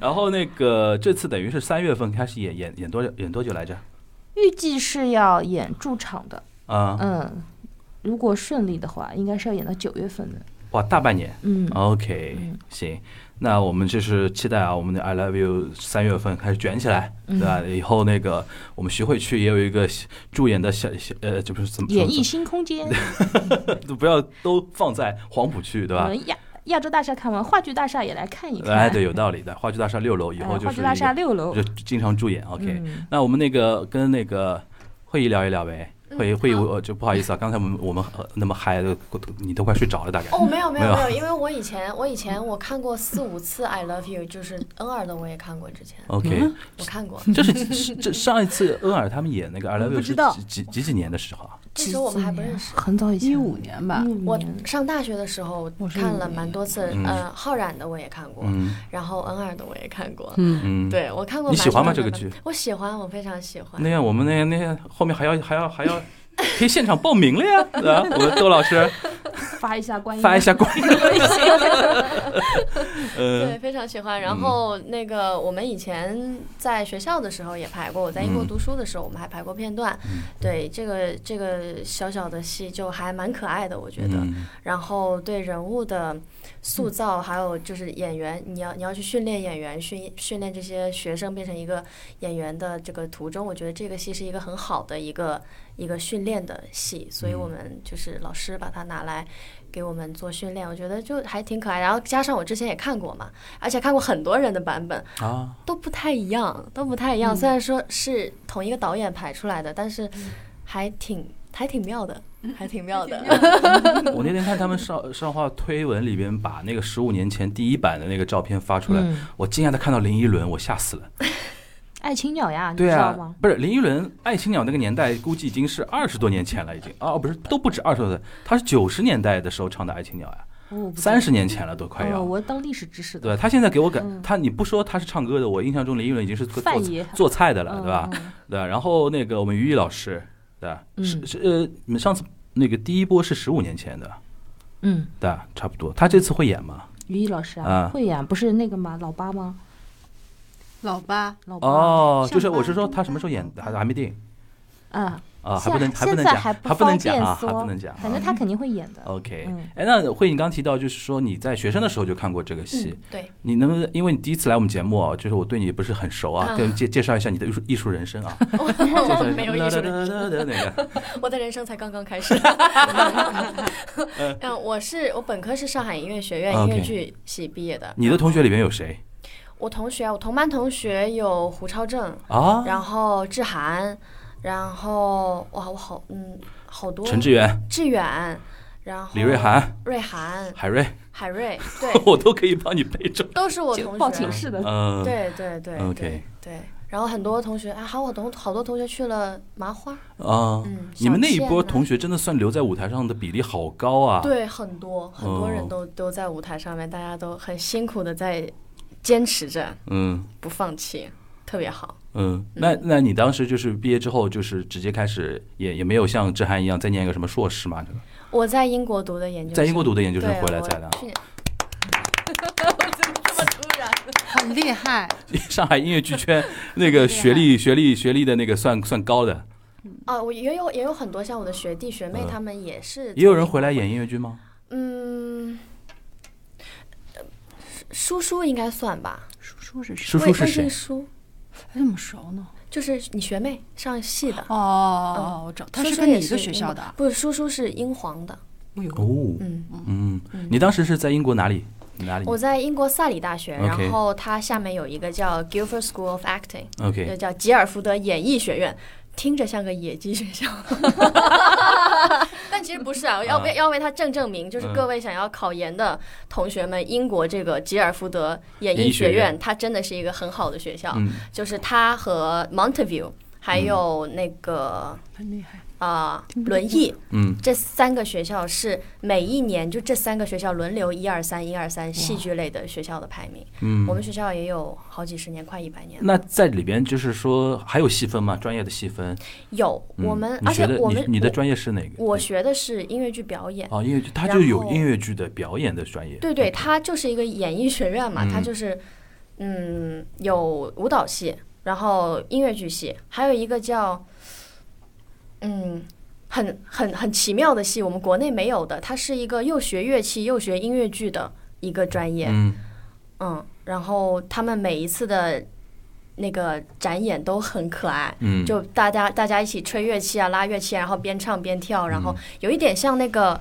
S2: 然后那个这次等于是三月份开始演演演多久演多久来着？
S3: 预计是要演驻场的，
S2: 啊，
S3: 嗯，如果顺利的话，应该是要演到九月份的，
S2: 哇，大半年。
S3: 嗯，
S2: OK，行，那我们就是期待啊，我们的 I Love You 三月份开始卷起来，
S3: 嗯
S2: 对吧？以后那个我们徐汇区也有一个驻演的小小呃，这不是怎么
S3: 演
S2: 艺
S3: 绎，新空间，
S2: 都不要都放在黄浦区，对
S3: 我
S2: 吧？
S3: 们亚亚洲大厦看完，话剧大厦也来看一看，
S2: 哎，对，有道理的。话剧大厦六楼以
S3: 哎，
S2: 后就
S3: 嗯话
S2: 是
S3: 剧
S2: 一
S3: 大厦
S2: 个
S3: 六楼
S2: 就，经常驻演。OK，、
S3: 嗯
S2: 那我们那个跟那个会议聊一聊呗。会议
S4: 嗯
S2: 会议
S4: 好
S2: 我就不好意思啊，刚才我们我们呃那么嗨的，你都快睡着了，
S3: 嗯
S2: 大概。
S4: 哦，没有没有
S2: 没有
S4: 没有，因为我以前我以前我看过四五次《I Love You》，就是恩尔的我也看过，之前
S2: OK，、
S4: 我看过，
S2: 这是是这上一次恩尔他们演那个 I Love
S1: 不
S2: You
S1: 知
S2: 是
S1: 道
S2: 几几几几年的时候啊？
S4: 那时候我们还不认识。
S3: 很早以前，
S1: 一五年吧，
S3: 15
S4: 我
S3: 年
S4: 上大学的时候
S1: 我是
S4: 看
S1: 有
S4: 了蛮多次，
S2: 嗯
S4: 呃，浩然的我也看过，
S2: 嗯
S4: 然后恩尔的我也看过，
S1: 嗯，
S2: 嗯，。
S4: 对我看过蛮多的。
S2: 你喜欢吗这个剧
S4: 我喜欢，我非常喜欢
S2: 那。样我们那样那样后面还要还要还要 可以现场报名了呀！ 啊，我们窦老师
S3: 发一下观音，
S2: 发一下关 嗯于呃
S4: 对，非常喜欢。然
S2: 嗯
S4: 后那个，我们以前在学校的时候也排过，我在英国
S2: 嗯
S4: 读书的时候，我们还排过片段。对，这个这个小小的戏就还蛮可爱的，我觉得。
S2: 嗯
S4: 然后对人物的塑造，还有就是演员，你要你要去训练演员，训训练这些学生变成一个演员的这个途中，我觉得这个戏是一个很好的一个一个训练的戏，所以我们就是老师把它拿来。给我们做训练，我觉得就还挺可爱。然后加上我之前也看过嘛，而且看过很多人的版本，
S2: 啊，
S4: 都不太一样，都不太一样。虽然说是同一个导演排出来的，但是还挺还挺妙的，嗯还挺妙的。
S2: 我那天看他们上上画推文里边把那个十五年前第一版的那个照片发出来，
S3: 嗯
S2: 我惊讶的看到林依轮，我吓死了。
S3: 爱情鸟呀，你
S2: 对
S3: 知道
S2: 啊
S3: 吗？，
S2: 不是林依轮《爱情鸟》那个年代，估计已经是二十多年前了，已经啊，不是都不止二十多年，他是九十年代的时候唱的《爱情鸟》呀，
S3: 哦
S2: 三
S3: 十
S2: 十年前了都快要。
S3: 哦我当历史知识的，
S2: 对他现在给我感，
S3: 嗯
S2: 他你不说他是唱歌的，我印象中林依轮已经是做
S3: 范
S2: 做
S3: 爷
S2: 做菜的了，
S3: 嗯
S2: 对吧？？
S3: 嗯
S2: 对吧，然后那个我们于毅老师，对吧？是
S3: 嗯
S2: 是呃，你们上次那个第一波是十五年前的，
S3: 嗯，
S2: 对吧？差不多。他这次会演吗？
S3: 于毅老师
S2: 啊
S3: 啊，会演不是那个吗？老八吗？
S1: 老八，
S3: 老八
S2: 哦，
S3: 上
S2: 就是
S3: 班
S2: 我是说他什么时候演的，还还没定
S3: 啊，
S2: 啊，还
S3: 现
S2: 不能还不能
S3: 现在
S2: 讲，
S3: 还不
S2: 还不能
S3: 方
S2: 讲
S3: 便
S2: 啊，还
S3: 说
S2: 不能讲啊。
S3: 反正他肯定会演的。
S2: OK，
S3: 嗯
S2: 哎，那慧，你刚提到就是说你在学生的时候就看过这个戏，
S3: 嗯
S4: 对，
S2: 你能不能因为你第一次来我们节目啊，就是我对你也不是很熟啊，
S4: 啊
S2: 给我们介介绍一下你的艺术艺术人 生啊？
S4: 我 没有艺术人生，
S2: 的那个，
S4: 我的人生才刚刚开始。嗯，我是我本科是上海音乐学院音
S2: 啊 OK
S4: 乐剧系毕业的。
S2: 你的同学里面有谁
S4: 我同学啊，我同班同学有胡超正，
S2: 啊？
S4: 然后志涵，然后哇，我好嗯，好多
S2: 陈志远、
S4: 志远，然后
S2: 李瑞、涵、
S4: 瑞涵、
S2: 海瑞，
S4: 海瑞，对，
S2: 我都可以帮你背着。
S4: 都是我同学。
S3: 报寝室的，
S2: 嗯，
S4: 对对对
S2: OK
S4: 对对。然后很多同学啊，还有好多好多同学去了麻花，
S2: 啊，
S4: 嗯，
S2: 你们那一
S4: 小
S2: 波
S4: 倩啊
S2: 同学真的算留在舞台上的比例好高啊。
S4: 对，很多很多
S2: 哦
S4: 人都、都在舞台上面，大家都很辛苦的在坚持着，
S2: 嗯
S4: 不放弃，特别好。
S2: 嗯，那那你当时就是毕业之后就是直接开始，也也没有像志涵一样再念个什么硕士嘛？这个
S4: 我在英国读的研究生，
S2: 在英国读的研究生
S4: 对
S2: 回来
S4: 我
S2: 再的啊，
S4: 去年
S1: 很厉害，
S2: 上海音乐剧圈那 个学历学历学历的那个算算高的，
S4: 啊，我也有也有很多像我的学弟学妹，
S2: 嗯
S4: 他们也是
S2: 也有人
S4: 在
S2: 回来演音乐剧吗？
S4: 嗯，呃叔叔应该算吧，
S1: 叔叔是谁？
S2: 叔叔
S4: 魏
S2: 是
S4: 魏
S2: 谁
S4: 静？叔
S1: 他怎么熟呢？
S4: 就是你学妹上戏的，
S1: 哦哦，我找他
S4: 叔
S1: 是
S4: 叔
S1: 跟你
S4: 也
S1: 一个
S4: 是
S1: 学
S4: 英
S1: 校
S4: 国
S1: 的啊。
S4: 不是叔叔是英皇的，
S1: 哎呦，
S2: 哦，
S4: 嗯，
S2: 嗯，你当时是在英国哪里？哪里
S4: 我在英国萨里大学，
S2: OK
S4: 然后它下面有一个叫 Guilford School of Acting，就
S2: ？OK，
S4: 叫吉尔福德演艺学院。听着像个野鸡学校， 但其实不是啊！我要为、
S2: 啊
S4: 要为它正正名，就是
S2: 嗯
S4: 各位想要考研的同学们，英国这个吉尔福德演
S2: 演艺
S4: 艺
S2: 学
S4: 学
S2: 院
S4: 院，它真的是一个很好的学校。
S2: 嗯，
S4: 就是他和 Montevideo 还有那个
S1: 很厉害，
S4: 啊、
S1: 听不
S4: 轮艺
S2: 嗯
S4: 这三个学校是每一年就这三个学校轮流一二三一二三戏剧类的学校的排名。
S2: 嗯
S4: 我们学校也有好几十年，快一百年了。
S2: 那在里边就是说还有细分吗？专业的细分？
S4: 有
S2: 嗯
S4: 我们，
S2: 你
S4: 而
S2: 学
S4: 且
S2: 的
S4: 我
S2: 你
S4: 们
S2: 你的
S4: 我
S2: 专业是哪个？嗯
S4: 我学的是音乐剧表演。
S2: 哦，音乐剧，它
S4: 然
S2: 就有
S4: 后
S2: 音乐剧的表演的专业。
S4: 对对，它就是一个演艺学院嘛，它
S2: 嗯
S4: 就是嗯有舞蹈系，然后音乐剧系，还有一个叫嗯很很很奇妙的系，我们国内没有的，它是一个又学乐器又学音乐剧的一个专业，
S2: 嗯，
S4: 嗯，然后他们每一次的那个展演都很可爱，
S2: 嗯，
S4: 就大家大家一起吹乐器啊，拉乐器啊，然后边唱边跳，然
S2: 嗯
S4: 后有一点像那个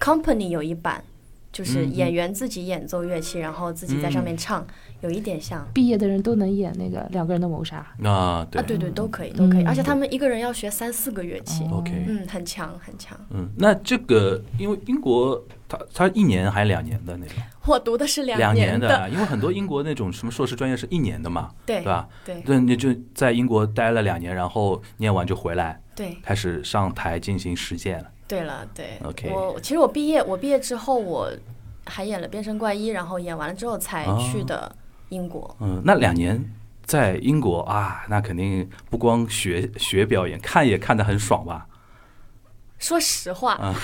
S4: company 有一版，就是
S2: 嗯嗯嗯
S4: 演员自己演奏乐器，然后自己在上面唱，有一点像
S3: 毕业的人都能演那个两个人的谋杀。
S2: 啊，
S4: 啊，
S2: 对
S4: 对对，都可以，都可以，
S3: 嗯
S4: 而且他们一个人要学三四个乐器，
S2: ，OK，
S4: 嗯，很强很强。
S2: 嗯，那这个因为英国它它一年还两年的那种，
S4: 我读的是
S2: 两
S4: 年
S2: 的，因为很多英国那种什么硕士专业是一年的嘛，
S4: 对
S2: 对吧？
S4: 对
S2: 对，你就在英国待了两年，然后念完就回来，
S4: 对
S2: 开始上台进行实践了。
S4: 对了，对
S2: OK
S4: 我其实我毕业，我毕业之后我还演了《变身怪医》，然后演完了之后才
S2: 哦
S4: 去的英国。
S2: 嗯，那两年在英国啊，那肯定不光学学表演，看也看得很爽吧？
S4: 说实话，
S2: 啊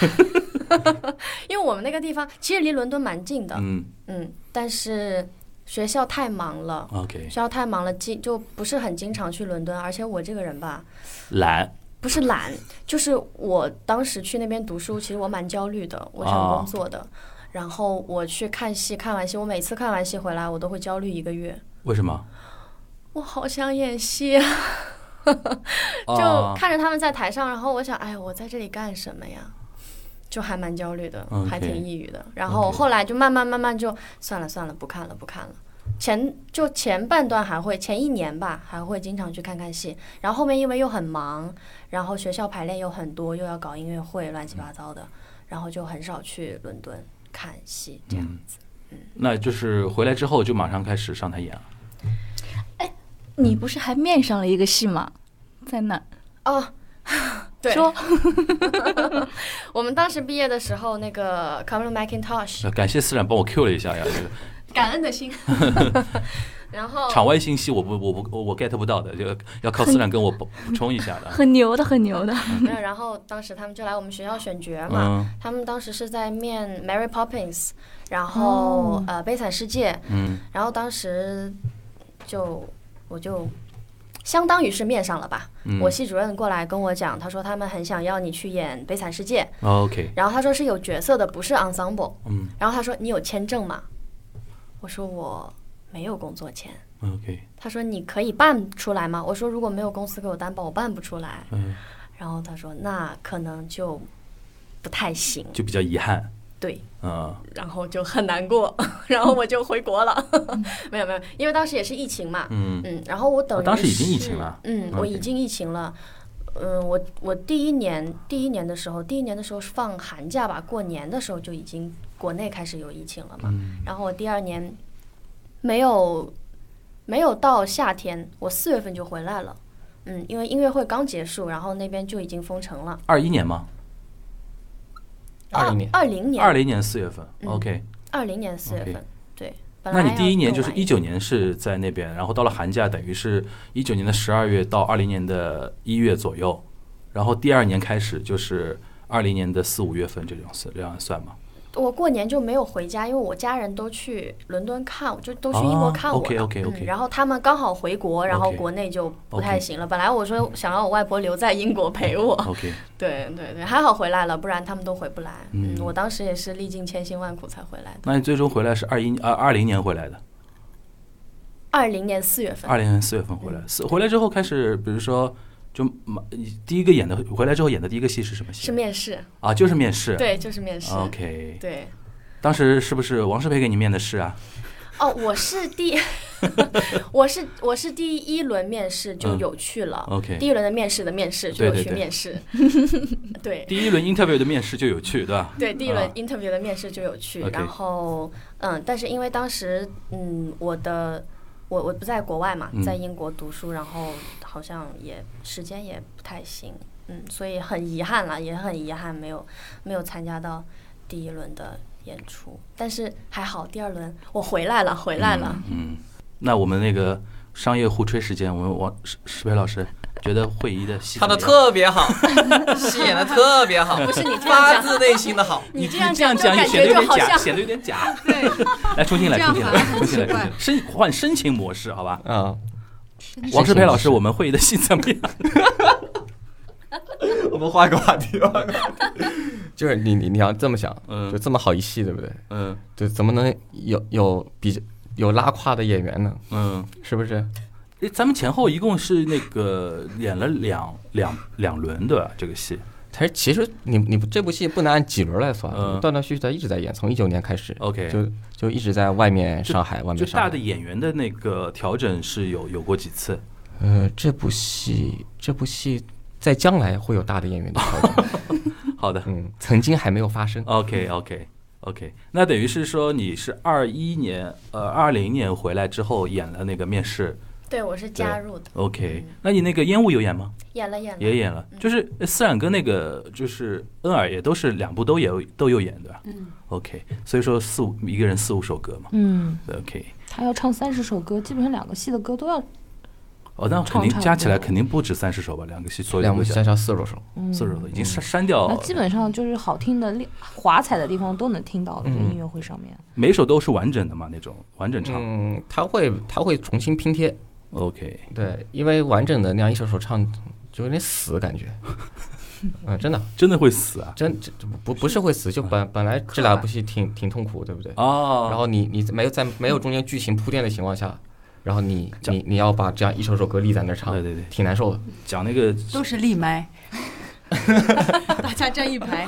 S4: 因为我们那个地方其实离伦敦蛮近的，嗯
S2: 嗯
S4: 但是学校太忙了，
S2: ，OK，
S4: 学校太忙了，经就不是很经常去伦敦，而且我这个人吧，
S2: 懒，
S4: 不是懒，就是我当时去那边读书，其实我蛮焦虑的，我
S2: 哦
S4: 想工作的。然后我去看戏，看完戏，我每次看完戏回来，我都会焦虑一个月。
S2: 为什么？
S4: 我好想演 戏啊！就
S6: 哦
S2: 啊
S4: 看着他们在台上，然后我想，哎，我在这里干什么呀？就还蛮焦虑的
S2: OK
S4: 还挺抑郁的。然后
S2: OK
S4: 后来就慢慢慢慢就算了算了，不看了不看了。前就前半段还会，前一年吧还会经常去看看戏，然后后面因为又很忙，然后学校排练又很多，又要搞音乐会，乱七八糟的，然后就很少去伦敦看戏这样子。
S2: 嗯那就是回来之后就马上开始上台演了。
S5: 你不是还面上了一个戏吗？在哪儿？
S4: 哦，对，
S5: 说
S4: 我们当时毕业的时候，那个 Kamala McIntosh
S2: 呃感谢思冉帮我 Q 了一下呀，这个
S4: 感恩的心， 然后
S2: 场外信息我不我不我我 get 不到的，就要靠思冉跟我补补充一下的。
S5: 很牛的，很牛的。
S4: 没有，然后当时他们就来我们学校选角嘛，
S2: 嗯
S4: 他们当时是在面 Mary Poppins，然后、
S3: 哦
S4: 呃《悲惨世界》，
S2: 嗯
S4: 然后当时就我就相当于是面上了吧。
S2: 嗯
S4: 我系主任过来跟我讲，他说他们很想要你去演《悲惨世界》，
S2: 哦，OK，
S4: 然后他说是有角色的，不是 ensemble。
S2: 嗯
S4: 然后他说你有签证吗？我说我没有工作签。
S2: 嗯，OK，
S4: 他说你可以办出来吗？我说如果没有公司给我担保，我办不出来。
S2: 嗯，
S4: 然后他说那可能就不太行，
S2: 就比较遗憾，
S4: 对。
S2: 嗯
S4: 然后就很难过， 然后我就回国了。没有没有，因为当时也是疫情嘛，
S2: 嗯，
S4: 嗯，然后我等于
S2: 啊
S4: 是、
S2: 当时已经疫情了
S4: 嗯，
S2: OK
S4: 我已经疫情了。嗯，我我第一年第一年的时候，第一年的时候是放寒假吧，过年的时候就已经国内开始有疫情了嘛。
S2: 嗯
S4: 然后我第二年没有没有到夏天，我四月份就回来了。嗯，因为音乐会刚结束，然后那边就已经封城了。
S2: 二一年吗？
S6: 20年
S4: 二零年，
S2: 二零年四月份
S4: 嗯
S2: ，OK，
S4: 二零年四月
S2: OK
S4: 份，对。本
S2: 那
S4: 来
S2: 你第一
S4: 要
S2: 年
S4: 更
S2: 就是
S4: 晚
S2: 一九年
S4: 嗯
S2: 是在那边，然后到了寒假，等于是一九年的十二月到二零年的一月左右，然后第二年开始就是二零年的四五月份这种算这样算吗？
S4: 我过年就没有回家，因为我家人都去伦敦看我，就都去英国看我
S2: 哦
S4: 了。
S2: ，OK，OK，OK
S4: 嗯。然后他们刚好回国，然后
S2: OK
S4: 国内就不太行了。本来我说想让我外婆留在英国陪我，
S2: OK，
S4: 对对对，还好回来了，不然他们都回不来。
S2: 嗯
S4: 我当时也是历尽千辛万苦才回来的。
S2: 那你最终回来是二一呃二零年回来的，
S4: 二零年四月份
S2: 二，零年四月份
S4: 嗯
S2: 回来，四回来之后开始，比如说就马第一个演的回来之后演的第一个戏是什么戏？
S4: 是面试，
S2: 啊，就是面试。
S4: 对，就是面试。
S2: 啊 OK，
S4: 对，
S2: 当时是不是王世培给你面的试啊？
S4: 哦，我是 第，我是我是第一轮面试就
S2: 嗯
S4: 有去了。
S2: OK
S4: 第一轮的面试的面试就
S2: 对
S4: 有
S2: 对
S4: 去
S2: 对
S4: 面试。 对。
S2: 第一轮 interview 的面试就有去，对吧？
S4: 对，第一轮
S2: 啊
S4: interview 的面试就有去，
S2: OK
S4: 然后嗯，但是因为当时嗯，我的我我不在国外嘛
S2: 嗯，
S4: 在英国读书，然后好像也时间也不太行，嗯，所以很遗憾啦，也很遗憾没有没有参加到第一轮的演出，但是还好第二轮我回来了，回来了，
S2: 嗯，那我们那个商业互吹时间，我们王石石培老师觉得会议的戏
S6: 唱的
S2: 怎么样
S6: 特别 好，戏演的特别好，不是你发自内心的好。
S4: 你这
S2: 你这样讲
S4: 感
S2: 显得
S4: 觉
S2: 有
S4: 就
S2: 点
S4: 好
S2: 假，
S4: 像
S2: 显得有点假。
S1: 对，
S2: 来，重新来，
S1: 这
S2: 重
S1: 样反而
S2: 新来，
S1: 很
S2: 重新
S1: 奇
S2: 来，重新
S1: 怪
S2: 来，深换深情模式，好吧？
S6: 嗯，
S2: 王世培老师，我们会议的戏怎么样？
S6: 我们换个话题，换个话题。 就是你你你要这么想，
S2: 嗯
S6: 就这么好一戏，对不对？
S2: 嗯
S6: 对，怎么能有有比有拉胯的演员呢？
S2: 嗯，
S6: 是不是？
S2: 诶咱们前后一共是那个演了两两两轮的这个戏。
S6: 他其实你你这部戏不能按几轮来算，
S2: 嗯
S6: 断断续续的一直在演，从一九年开始
S2: OK
S6: 就就一直在外面上海，外
S2: 就
S6: 面上
S2: 大
S6: 海
S2: 的。演员的那个调整是有有过几次？
S6: 呃，这部戏这部戏在将来会有大的演员的调整，
S2: 好的
S6: 嗯，曾经还没有发生。
S2: ，OK OK OK，那等于是说你是二一年呃二零年回来之后演了那个面试
S4: 对我是加入的，
S3: 嗯
S4: 嗯
S2: ，OK，那你那个烟雾有演吗？
S4: 演了演了，
S2: 也演了，就是呃思冉跟那个就是恩尔也都是两部都有都有演的
S1: 嗯
S2: ，OK，所以说四五一个人四五首歌嘛
S3: 嗯，
S2: ，OK，
S3: 他要唱三十首歌，基本上两个戏的歌都要，
S2: 哦，那肯
S3: 唱
S2: 定
S3: 差不
S2: 加起来
S3: 多
S2: 肯定不止三十首吧，两个戏所有
S6: 两
S2: 的
S6: 部
S2: 歌
S6: 戏
S2: 加
S6: 加上四十多首，
S3: 嗯，
S2: 四十首歌已经删删掉
S3: 那，基本上就是好听的、华彩的地方都能听到的，在
S2: 嗯
S3: 音乐会上面。
S2: 每首都是完整的嘛，那种完整唱
S6: 嗯，他会他会重新拼贴，
S2: ，OK，
S6: 对，因为完整的那样一首首唱就有点死感 觉，嗯，真的
S2: 真的会死啊！
S6: 真这这不不是会死，就本本来这两部戏挺挺痛苦，对不对？
S2: 哦，
S6: 然后你你没有在没有中间剧情铺垫的情况下，然后你你你要把这样一首首歌立在那儿
S2: 哦
S6: 唱，
S2: 对对对
S6: 挺难受的。
S2: 讲那个
S1: 都是立麦，大家站一排，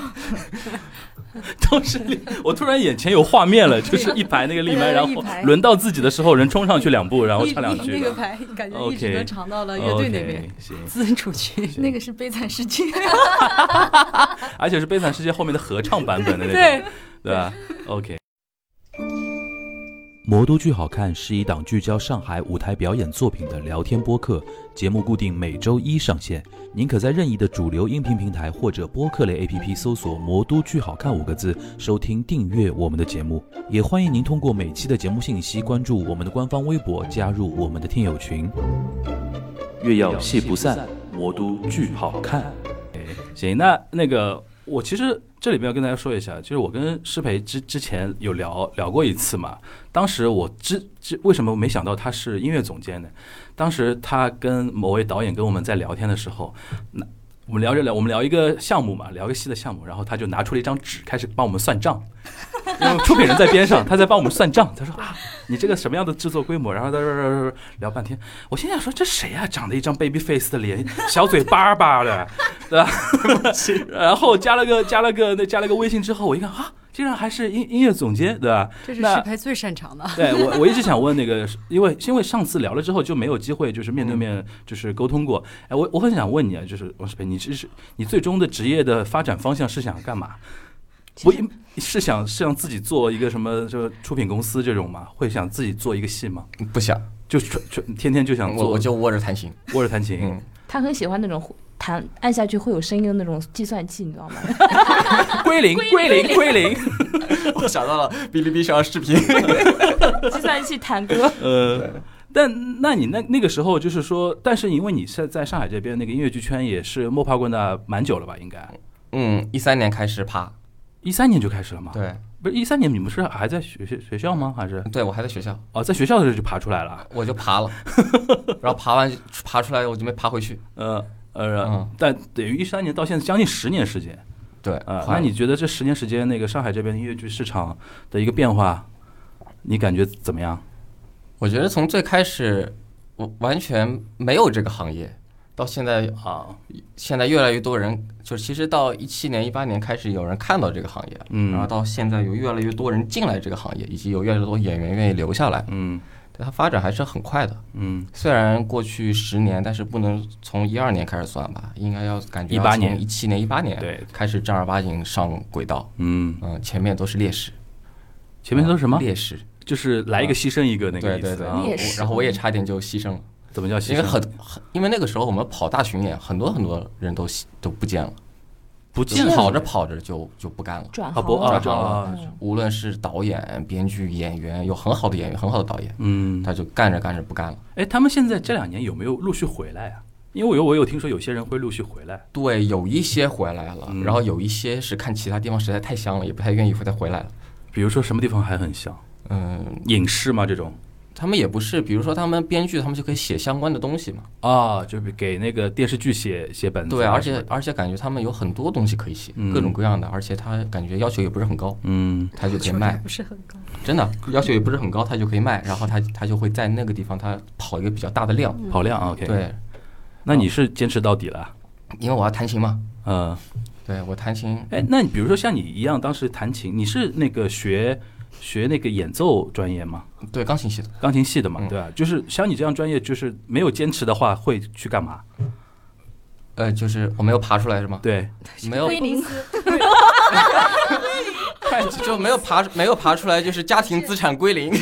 S2: 都是立，我突然眼前有画面了，就是一排那个立麦，然
S1: 一
S2: 后
S1: 排
S2: 轮到自己的时候，人冲上去两步，然后
S1: 一
S2: 唱两句
S1: 那。个排感觉一直
S2: OK
S1: 能尝到了乐队那边
S2: OK，行，
S1: 自主区。
S5: 那个是悲惨 世界，
S2: 而且是《悲惨世界》后面的合唱版本的那种，对吧？OK。《魔都剧好看》是一档聚焦上海舞台表演作品的聊天播客，节目固定每周一上线。您可在任意的主流音频平台或者播客类 APP 搜索“魔都剧好看”五个字，收听订阅我们的节目。也欢迎您通过每期的节目信息关注我们的官方微博，加入我们的听友群。月要戏不散，魔都剧好看。行，那那个我其实这里边要跟大家说一下，就是我跟施培之之前有聊聊过一次嘛。当时我之之为什么没想到他是音乐总监呢？当时他跟某位导演跟我们在聊天的时候，那我们聊着聊，我们聊一个项目嘛，聊一个戏的项目，然后他就拿出了一张纸，开始帮我们算账。因为出品人在边上，他在帮我们算账。他说啊，你这个什么样的制作规模？然后他说说说说聊半天。我心想说，这谁呀、长得一张 baby face 的脸，小嘴巴巴的，对吧？然后加了个加了个那加了个微信之后，我一看啊，竟然还是音音乐总监，对吧？
S1: 这是
S2: 那
S1: 石培最擅长的。
S2: 对我，我一直想问那个，因为因为上次聊了之后就没有机会，就是面对面就是沟通过。哎，我我很想问你啊，就是王世培，你是你最终的职业的发展方向是想干嘛？不是想是想自己做一个什么就出品公司这种吗？会想自己做一个戏吗？
S6: 不想，
S2: 就纯纯天天就想
S6: 我
S2: 做
S6: 我就握着弹琴。
S2: 握着弹琴，
S6: 嗯，
S3: 他很喜欢那种弹按下去会有声音的那种计算器，你知道 吗？
S2: 归零归零归零。
S6: 我想到了哔哩哔哩上的视频，
S3: 计算器弹歌。
S2: 呃，但那你那那个时候就是说，但是因为你是在上海这边那个音乐剧圈也是摸爬滚打蛮久了吧？应该
S6: 嗯，一三年开始爬，
S2: 一三年就开始了吗？
S6: 对
S2: 不是一三年你们是还在学学学校吗？还是
S6: 对，我还在学校，
S2: 哦，在学校的时候就爬出来了？
S6: 我就 爬了，然后爬完爬出来我就没爬回去，
S2: 呃呃，
S6: 嗯
S2: 但等于一三年到现在将近十年时间
S6: 对，
S2: 啊、呃
S6: 快
S2: 那
S6: 了
S2: 你觉得这十年时间那个上海这边的音乐剧市场的一个变化，你感觉怎么样？
S6: 我觉得从最开始我完全没有这个行业，到现在
S2: 啊，
S6: 现在越来越多人，就是其实到一七年、一八年开始有人看到这个行业了，
S2: 嗯
S6: 然后到现在有越来越多人进来这个行业，以及有越来越多演员愿意留下来，
S2: 嗯
S6: 对它发展还是很快的。
S2: 嗯，
S6: 虽然过去十年，但是不能从一二年开始算吧，应该要感觉
S2: 18年
S6: 一七年、一八年
S2: 对
S6: 开始正儿八经上轨道。
S2: 嗯，
S6: 嗯，前面都是劣势，
S2: 前面都是什么？
S6: 劣势，
S2: 就是来一个牺牲一个那个
S6: 对
S2: 意
S6: 对
S2: 思
S6: 对。
S2: 啊？
S6: 我然后我也差点就牺牲了，
S2: 怎么叫牺
S6: 因为
S2: 牲？
S6: 很很，因为那个时候我们跑大巡演，很多很多人都牺都不见了，
S2: 不
S6: 就是
S2: 见了
S6: 跑着跑着就就不干了。
S3: 转
S2: 啊
S3: 行嗯
S2: 不啊
S3: 了，
S6: 转行了
S2: 啊
S6: 无论是导演、编剧、演员，有很好的演员，很好的导演，
S2: 嗯，
S6: 他就干着干着不干了。
S2: 哎，他们现在这两年有没有陆续回来啊？因为我有我有听说有些人会陆续回来，
S6: 对，有一些回来了
S2: 嗯，
S6: 然后有一些是看其他地方实在太香了，也不太愿意再回来了。
S2: 比如说什么地方还很像
S6: 嗯，
S2: 影视嘛这种
S6: 他们也不是，比如说他们编剧，他们就可以写相关的东西嘛。
S2: 啊，就是给那个电视剧写写本子
S6: 对，
S2: 啊
S6: 而
S2: 什么
S6: 且
S2: 的
S6: 而且感觉他们有很多东西可以写
S2: 嗯，
S6: 各种各样的，而且他感觉要求也不是很高，
S2: 嗯
S6: 他就可以卖，
S4: 不是很高。
S6: 真的要求也不是很高，他就可 以卖，然后他他就会在那个地方他跑一个比较大的量。
S2: 跑量啊 OK，，
S6: 对，
S2: 那你是坚持到底了，啊
S6: 因为我要弹琴嘛，
S2: 嗯，
S6: 对我弹琴
S2: 哎，那你比如说像你一样当时弹琴，你是那个学学那个演奏专业吗？
S6: 对钢琴系的，
S2: 钢琴系的嘛，
S6: 嗯
S2: 对吧？就是像你这样专业，就是没有坚持的话，会去干嘛？
S6: 呃，就是我没有爬出来是吗？
S2: 对，
S6: 没有，
S5: 零
S6: 就没有爬，没有爬出来，就是家庭资产归零，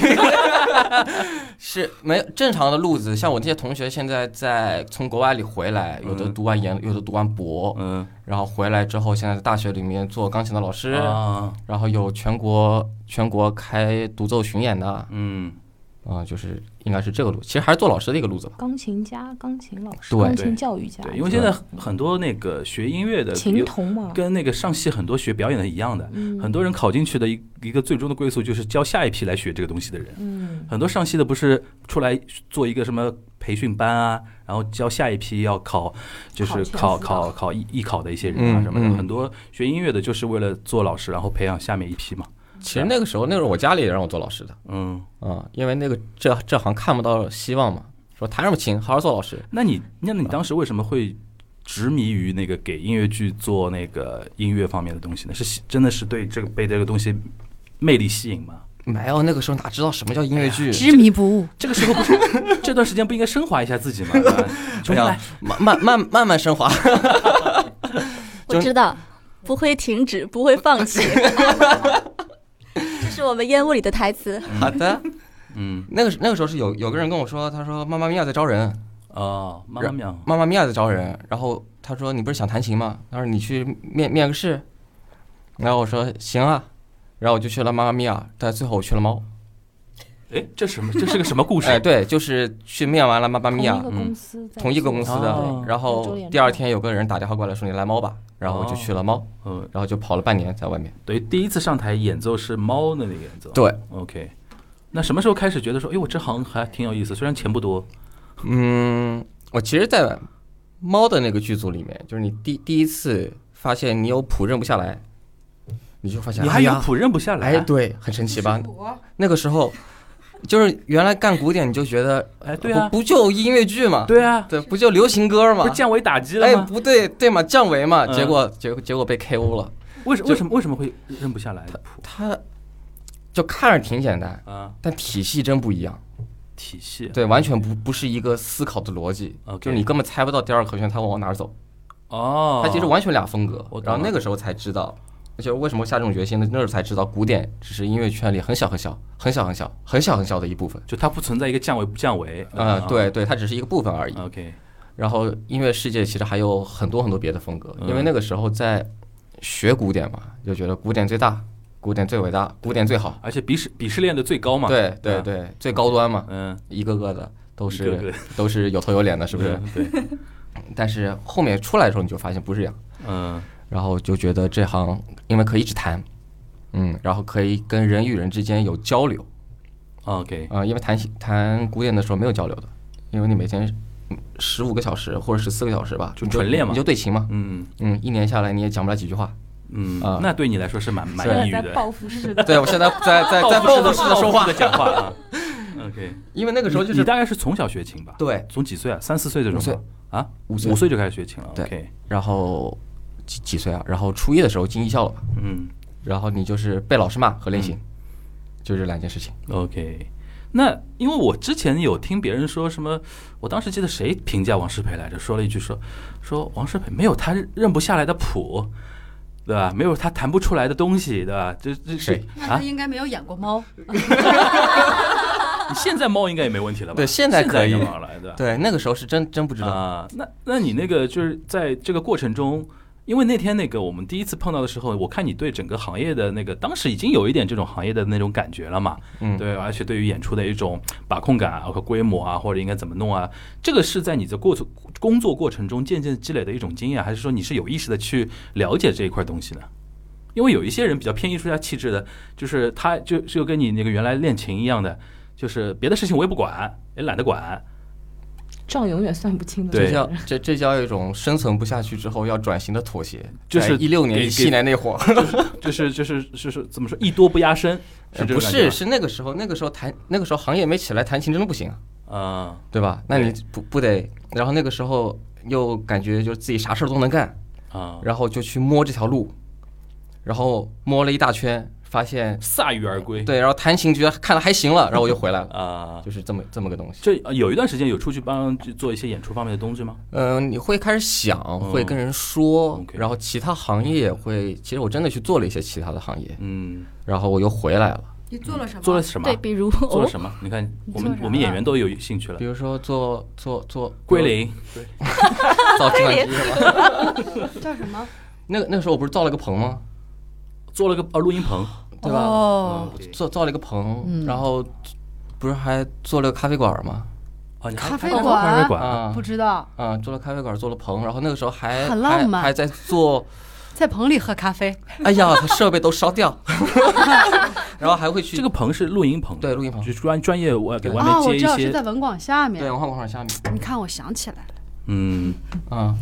S6: 是没有正常的路子。像我这些同学现在在从国外里回来，有
S4: 嗯
S6: 的读完研，有的读完博，
S2: 嗯
S6: 然后回来之后，现在在大学里面做钢琴的老师，
S2: 啊，
S6: 然后有全国全国开独奏巡演的，啊、
S2: 嗯，
S6: 就是应该是这个路，其实还是做老师的一个路子吧。
S3: 钢琴家、钢琴老师、
S6: 对
S3: 钢琴教育家，
S2: 对，因为现在很多那个学音乐的
S3: 琴童嘛，嗯
S2: 跟那个上戏很多学表演的一样的，很多人考进去的一一个最终的归宿就是教下一批来学这个东西的人。
S3: 嗯，
S2: 很多上戏的不是出来做一个什么培训班啊，然后教下一批要考，就是考
S3: 考全
S2: 考考艺艺考的一些人啊
S6: 嗯
S2: 什么的。
S6: 嗯
S2: 很多学音乐的就是为了做老师，然后培养下面一批嘛。
S6: 其实那个时候，那时候我家里也让我做老师的，
S2: 嗯，
S6: 啊、因为那个这这行看不到希望嘛，说弹什么琴，好好做老师。
S2: 那你那你当时为什么会执迷于那个给音乐剧做那个音乐方面的东西呢？是喜真的是对这个被这个东西魅力吸引吗？
S6: 没有，那个时候哪知道什么叫音乐剧？ 哎
S1: 执迷不悟，
S2: 这个时候不是 这段时间不应该升华一下自己吗？ 对吧重
S6: 哎
S2: 来
S6: 呀，慢慢慢慢慢升华。
S5: 我知道，不会停止，不会 放弃。这是我们烟雾里的台词。
S6: 好的，
S2: 嗯
S6: 那个那个时候是有有个人跟我说，他说妈妈咪呀在招人，
S2: 哦，妈妈喵，
S6: 妈妈咪呀在招人。然后他说你不是想弹琴吗？他说你去面面个试。然后我说行啊，然后我就去了妈妈咪呀，但最后我去了猫。
S2: 哎， 这什么？这是个什么故事？
S6: 哎，对，就是去面完了妈妈
S3: 同
S6: 咪
S3: 一
S6: 呀，
S3: 个
S6: 嗯
S3: 公，司在做，啊
S6: 同一个公司
S2: 哦
S6: 的。
S2: 对
S3: 周
S6: 然后
S3: 联
S6: 第二
S3: 创
S6: 天有个人打电话过来说你来猫吧，然后我就去了猫，
S2: 嗯，
S6: 然后就跑了半年在外面。
S2: 等于第一次上台演奏是猫的那个演 奏。
S6: 对，
S2: ，OK。那什么时候开始觉得说，哎，我这行还挺有意思，虽然钱不多，
S6: 嗯，我其实，在猫的那个剧组里面，就是你第第一次发现你有谱认不下来，你就发现
S2: 你还有谱认不下来
S6: 哎，，对，很神奇吧？那个时候，就是原来干古典，你就觉得
S2: 哎，对啊
S6: 不，不就音乐剧嘛，
S2: 对啊，
S6: 对，不就流行歌
S2: 不
S6: 嘛
S2: 是，降维打击了
S6: 哎，
S2: 吗？
S6: 不对，对嘛，降维嘛，
S2: 嗯
S6: 结果结结果被 KO 了。
S2: 为什
S6: 就
S2: 为什么为什么会认不下来谱
S6: 他就看着挺简单，
S2: 啊？
S6: 但体系真不一样，
S2: 体系啊
S6: 对，完全不不是一个思考的逻辑
S2: OK
S6: 就是你根本猜不到第二个和弦它往哪儿走，
S2: 哦，
S6: 它其实完全俩风格
S2: 我。懂
S6: 然后
S2: 了
S6: 那个时候才知道，就是为什么下这种决心的，那时候才知道古典只是音乐圈里很小很小、很小很小、很小很小的一部分。
S2: 就它不存在一个降维不降维
S6: 啊、对对，它只是一个部分而已。
S2: ，OK，
S6: 然后音乐世界其实还有很多很多别的风格，
S2: 嗯
S6: 因为那个时候在学古典嘛，就觉得古典最大，古典最伟大，古典最好。
S2: 而且鄙视鄙视链的最高嘛，，
S6: 对
S2: 对
S6: 对
S2: 啊
S6: 对，最高端嘛，
S2: 嗯，
S6: 一个个的都
S2: 一个嗯
S6: 是
S2: 个
S6: 都是有头有脸的，是不是？？
S2: 对，
S6: 但是后面出来的时候你就发现不是这样，
S2: 嗯，
S6: 然后就觉得这行因为可以一直弹，嗯，然后可以跟人与人之间有交流
S2: OK，
S6: 啊、因为弹弹古典的时候没有交流的，因为你每天十五个小时或者十四个小时吧，
S2: 就
S6: 你
S2: 纯练嘛
S6: 你就对琴嘛，
S2: 嗯
S6: 嗯，一年下来你也讲不了几 句话。
S2: 嗯
S6: 啊，
S2: 那对你来说是蛮蛮
S6: 虽
S2: 抑郁
S3: 在
S2: 的，
S3: 报复式 的
S6: 对我现在在在在报复式的说
S2: 报
S6: 话
S2: 复，式的讲话啊。OK，
S6: 因 为那个时候就
S2: 你你
S6: 是
S2: 大概是从小学琴吧？，
S6: 对，
S2: 从几岁啊？三四岁这种
S6: 五岁
S2: 吧啊？
S6: 五岁
S2: 五岁就开始学琴了。
S6: 对
S2: OK，
S6: 然后几几岁啊？然后初一的时候进艺校了吧，
S2: 嗯
S6: 然后你就是被老师骂和练琴，就这两件事情。
S2: ，OK。那因为我之前有听别人说什么，我当时记得谁评价王世培来着，说了一句说说王世培没有他认不下来的谱，对吧？没有他弹不出来的东西，对吧？这这
S6: 谁
S1: 那
S2: 啊
S1: 他？应该没有演过猫，
S2: 你现在猫应该也没问题了吧？
S6: 对现在可以
S2: 现在猫了，对吧？
S6: 对，那个时候是真真不知道。
S2: 啊、那那你那个就是在这个过程中，因为那天那个我们第一次碰到的时候，我看你对整个行业的那个当时已经有一点这种行业的那种感觉了嘛，
S6: 嗯，
S2: 对，而且对于演出的一种把控感啊和规模啊，或者应该怎么弄啊，这个是在你的过程工作过程中渐渐积累的一种经验，还是说你是有意识的去了解这一块东西呢？因为有一些人比较偏艺术家气质的，就是他就就跟你那个原来练琴一样的，就是别的事情我也不管，也懒得管，
S3: 账永远算不清的。
S2: 对
S6: 这叫这这叫一种生存不下去之后要转型的妥协。
S2: 就是
S6: 一六年
S2: 给
S6: 一七年那会儿，
S2: 就是就是就是怎么说，艺多不压身，是这
S6: 呃不
S2: 个感觉
S6: 是
S2: 吗
S6: 是那个时候，那个时候弹那个时候行业没起来，弹琴真的不行啊，
S2: 啊、
S6: 对吧？那你不不得，然后那个时候又感觉就是自己啥事儿都能干，
S2: 啊，
S6: 然后就去摸这条路，然后摸了一大圈，发现
S2: 铩羽而归。
S6: 对，然后弹琴觉得看了还行了，然后我就 回来了，
S2: 啊，
S6: 就是这么这么个东西。
S2: 这呃有一段时间有出去帮去做一些演出方面的东西吗？
S6: 嗯、你会开始想，会跟人说，
S2: 嗯 OK
S6: 然后其他行业也会。其实我真的去做了一些其他的行业，
S2: 嗯，
S6: 然后我又回来了，
S1: 你做了什么？
S2: 做了什么
S5: 对，？比 如
S2: 做
S5: 哦
S2: 了，什么？你看，我
S5: 做
S2: 们
S1: 啊
S5: 啥
S2: 我们演
S5: 了
S2: 员都有兴趣了
S6: 比。如说做做做
S2: 归，零，
S6: 造计算机是吧？
S1: 叫什么？
S6: 那个那个时候我不是造了个棚吗？
S2: 做了个呃录音棚。
S6: 对吧？
S1: 哦，
S2: 嗯
S6: 造造了一个棚，
S1: 嗯
S6: 然后不是还做了个咖啡馆吗？
S2: 啊，你还
S1: 嗯哦咖啡
S2: 还
S1: 馆
S2: 咖啡馆啊，
S6: 啊
S1: 不知道，
S6: 啊，做了咖啡馆，做了棚，然后那个时候还
S1: 很浪漫
S6: 还还在做，
S1: 在棚里喝咖啡，
S6: 哎 呀，他设备都烧掉，然后还会去
S2: 这个棚是录音棚，
S6: 对录音棚
S2: 就，是专专业我给
S6: 对
S2: 外
S1: 啊，我知
S2: 面接一
S1: 道是
S2: 些，
S1: 在文广下
S6: 对，
S1: 面。
S6: 文化广场下面
S1: 你看，我想起来了，
S2: 嗯
S6: 啊。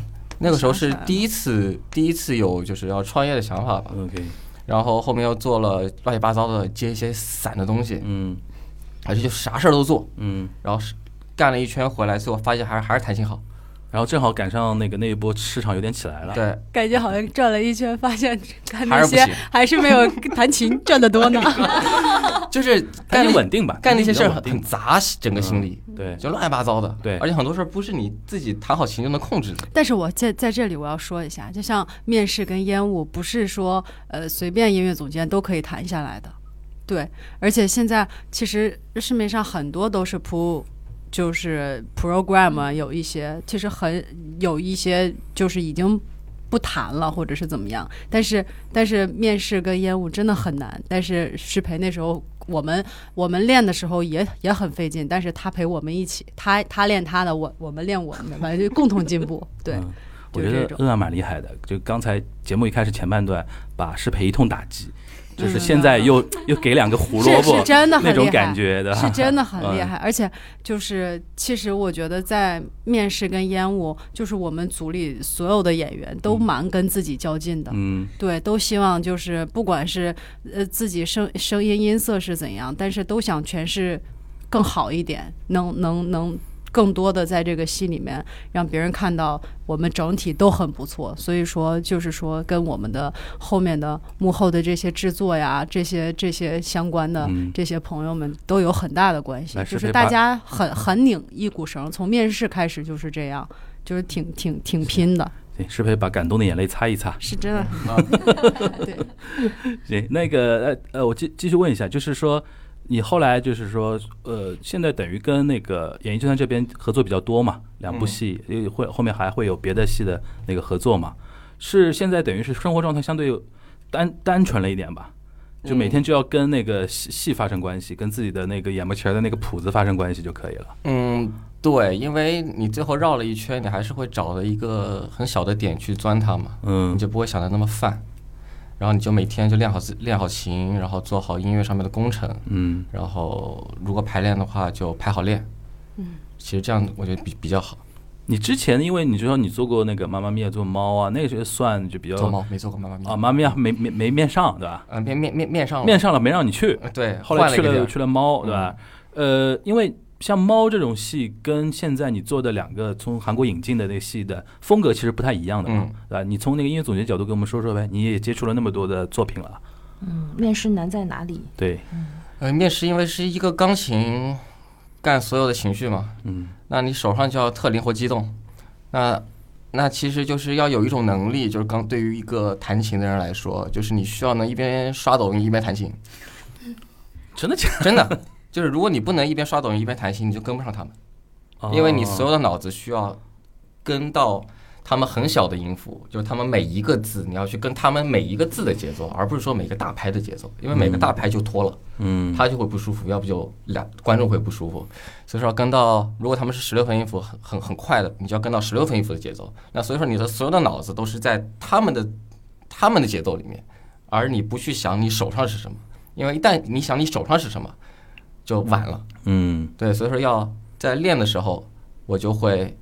S6: 那个时候
S1: 想
S6: 是
S1: 起来了
S6: 第一次，第一次有就是要创业的想法吧，
S2: ，OK，
S6: 然后后面又做了乱七八糟的接一些散的东西，
S2: 嗯
S6: 而且就啥事儿都做，
S2: 嗯，
S6: 然后是干了一圈回来，最后发现还是还是弹琴好，
S2: 然后正好赶上那个那一波市场有点起来了，
S6: 对，
S1: 感觉好像转了一圈，发现看
S6: 还
S1: 那
S6: 是不
S1: 些
S6: 行
S1: 还是没有弹琴赚的多呢。
S6: 就是
S2: 但
S6: 干
S2: 你
S6: 那
S2: 稳定吧，
S6: 干那些事
S2: 比
S6: 儿
S2: 较
S6: 很
S2: 稳定
S6: 很杂，整个心里
S2: 嗯对
S6: 就乱七八糟的，
S2: 对
S6: 而且很多事儿不是你自己弹好琴就能控制的，
S1: 但是我在在这里我要说一下，就像面试跟烟雾，不是说呃随便音乐总监都可以谈下来的，对。而且现在其实市面上很多都是铺，就是 program 啊有一些，其实很有一些就是已经不谈了，或者是怎么样。但是但是面试跟烟雾真的很难。但是师培那时候我们我们练的时候也也很费劲，但是他陪我们一起，他他练他的，我我们练我们的，反正就共同进步。对，
S2: 嗯我
S1: 就
S2: 觉
S1: 这
S2: 得
S1: 种
S2: 恩雅蛮厉害的。就刚才节目一开始前半段把适培一通打击，就是
S1: 嗯
S2: 现在又又给两个胡
S1: 是
S2: 萝卜
S1: 是真的
S2: 那
S1: 很厉
S2: 种
S1: 害，
S2: 感觉的，
S1: 是真的很厉
S2: 嗯
S1: 害，而且就是，其实我觉得在面试跟烟雾，就是我们组里所有的演员都
S2: 嗯
S1: 蛮跟自己较劲的，
S2: 嗯，
S1: 对，都希望就是不管是呃自己声声音音色是怎样，但是都想诠释更好一点，能能能更多的在这个戏里面让别人看到我们整体都很不错。所以说，就是说跟我们的后面的幕后的这些制作呀，这些这些相关的
S2: 嗯
S1: 这些朋友们都有很大的关系，
S2: 来
S1: 就
S2: 师
S1: 是
S2: 培
S1: 大
S2: 把
S1: 家很很拧一股绳，从面试开始就是这样，就是挺挺挺拼的，
S2: 对，适培把感动的眼泪擦一擦。
S1: 是真的。
S6: 嗯
S2: 行，那个呃呃，我继继续问一下，就是说你后来就是说呃，现在等于跟那个演艺集团这边合作比较多嘛，两部
S6: 嗯
S2: 戏，因为会后面还会有别的戏的那个合作嘛，是现在等于是生活状态相对单单纯了一点吧。就每
S6: 嗯
S2: 天就要跟那个戏戏发生关系，跟自己的那个眼巴前儿的那个谱子发生关系就可以了。
S6: 嗯，对，因为你最后绕了一圈，你还是会找了一个很小的点去钻它嘛，
S2: 嗯
S6: 你，就不会想的那么泛。然后你就每天就练好自练好琴，然后做好音乐上面的工程，
S2: 嗯，
S6: 然后如果排练的话就排好练。嗯，其实这样我觉得比比较好。
S2: 你之前因为你就说你做过那个妈妈咪呀做猫啊，那些算就比较
S6: 做猫没做过妈妈咪
S2: 啊，妈咪呀没没没面上对吧？
S6: 嗯，面面面面上了
S2: 面上了没让你去，
S6: 呃对，
S2: 后
S6: 换
S2: 来
S6: 了
S2: 去
S6: 一个嗯地
S2: 了
S6: 儿
S2: 去了猫，对吧？呃，因为像猫这种戏，跟现在你做的两个从韩国引进的那个戏的风格其实不太一样的嘛，
S6: 嗯
S2: 对吧？你从那个音乐总监角度给我们说说呗，你也接触了那么多的作品了，
S3: 嗯，面试难在哪里？
S2: 对，
S6: 呃，面试因为是一个钢琴干所有的情绪嘛，
S2: 嗯
S6: 那你手上就要特灵活机动，那那其实就是要有一种能力，就是刚对于一个弹琴的人来说，就是你需要能一边刷抖音一边弹琴，
S2: 真的假
S6: 真的。就是如果你不能一边刷抖音一边弹琴，你就跟不上他们，
S2: 的？哦
S6: 因为你所有
S2: 的
S6: 的脑子需要跟到他们很小的音符，就是他们每一个字，你要去跟他们每一个字的节奏，而不是说每个大拍的节奏，因为每个大拍就拖了。
S2: 嗯，
S6: 他就会不舒服，要不就两观众会不舒服。所以说要跟到，如果他们是十六分音符，很很很快的，你就要跟到十六分音符的节奏。那所以说你的所有的脑子都是在他们的他们的节奏里面，而你不去想你手上是什么，因为一旦你想你手上是什么，就晚了。
S2: 嗯
S6: 对，所以说要在练的时候，我就会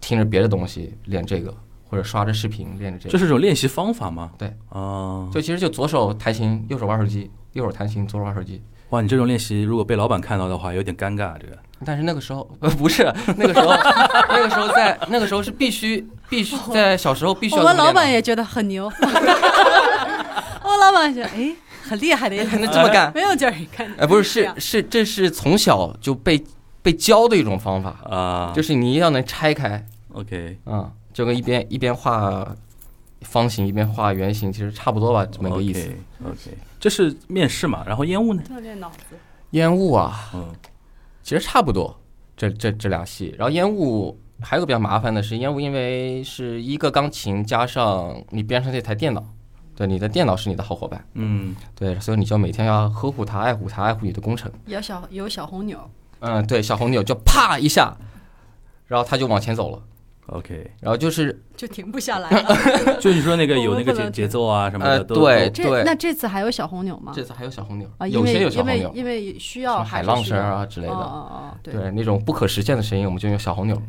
S6: 听着别的东西练这个，或者刷着视频练着这
S2: 这
S6: 个。
S2: 是一种练习方法吗？
S6: 对，
S2: 哦，
S6: 就其实就左手弹琴，右手玩手机，右手弹琴，左手玩手机。
S2: 哇，你这种练习如果被老板看到的话，有点尴尬，这个
S6: 但是那个时候， 呃，不是那个时候， 那个时候在那个时候是必须必须在小时候必须要
S1: 我们
S6: 这么
S1: 老板
S6: 练
S1: 也觉得很牛， 我老板觉得哎很厉害的一
S6: 的还
S1: 个，
S6: 能这么 干，
S1: 没有劲儿，你看，
S6: 呃，不是
S1: 这
S6: 是
S1: 样
S6: 是这是从小就被被教的一种方法，
S2: 啊，
S6: 就是你一定要能拆开
S2: OK，
S6: 啊，就跟一边一边画方形一边画圆形，其实差不多吧，这么个意思。
S2: OK，这是面试嘛，然后烟雾呢？
S1: 锻炼脑子，
S6: 烟雾啊，
S2: 嗯
S6: 其实差不多，这这这俩戏，然后烟雾。还有个比较麻烦的是，烟雾因为是一个钢琴加上你边上这台电脑，对，你的电脑是你的好伙伴，
S2: 嗯，
S6: 对，所以你就每天要呵护它、爱护它、爱护你的工程。
S1: 有小有小红钮，
S6: 嗯，对，小红钮就啪一下，然后它就往前走了，
S2: OK，
S6: 然后就是
S1: 就停不下来 了。
S2: 就你说那个有那
S1: 我们
S2: 个
S1: 不
S2: 节
S1: 能
S2: 节奏啊什么的，
S6: 呃
S2: 都
S6: 对
S1: 这那这次还有小红钮吗？
S6: 这次还有小红钮，
S1: 啊，因
S6: 有些
S1: 为
S6: 有小
S1: 因
S6: 红
S1: 为
S6: 钮，
S1: 因为需
S6: 什
S1: 要
S6: 么
S1: 还
S6: 海
S1: 是
S6: 浪
S1: 需
S6: 声
S1: 要
S6: 啊之类
S1: 哦
S6: 的，
S1: 哦哦，对，
S6: 对，那种不可实现的声音，我们就用小红钮。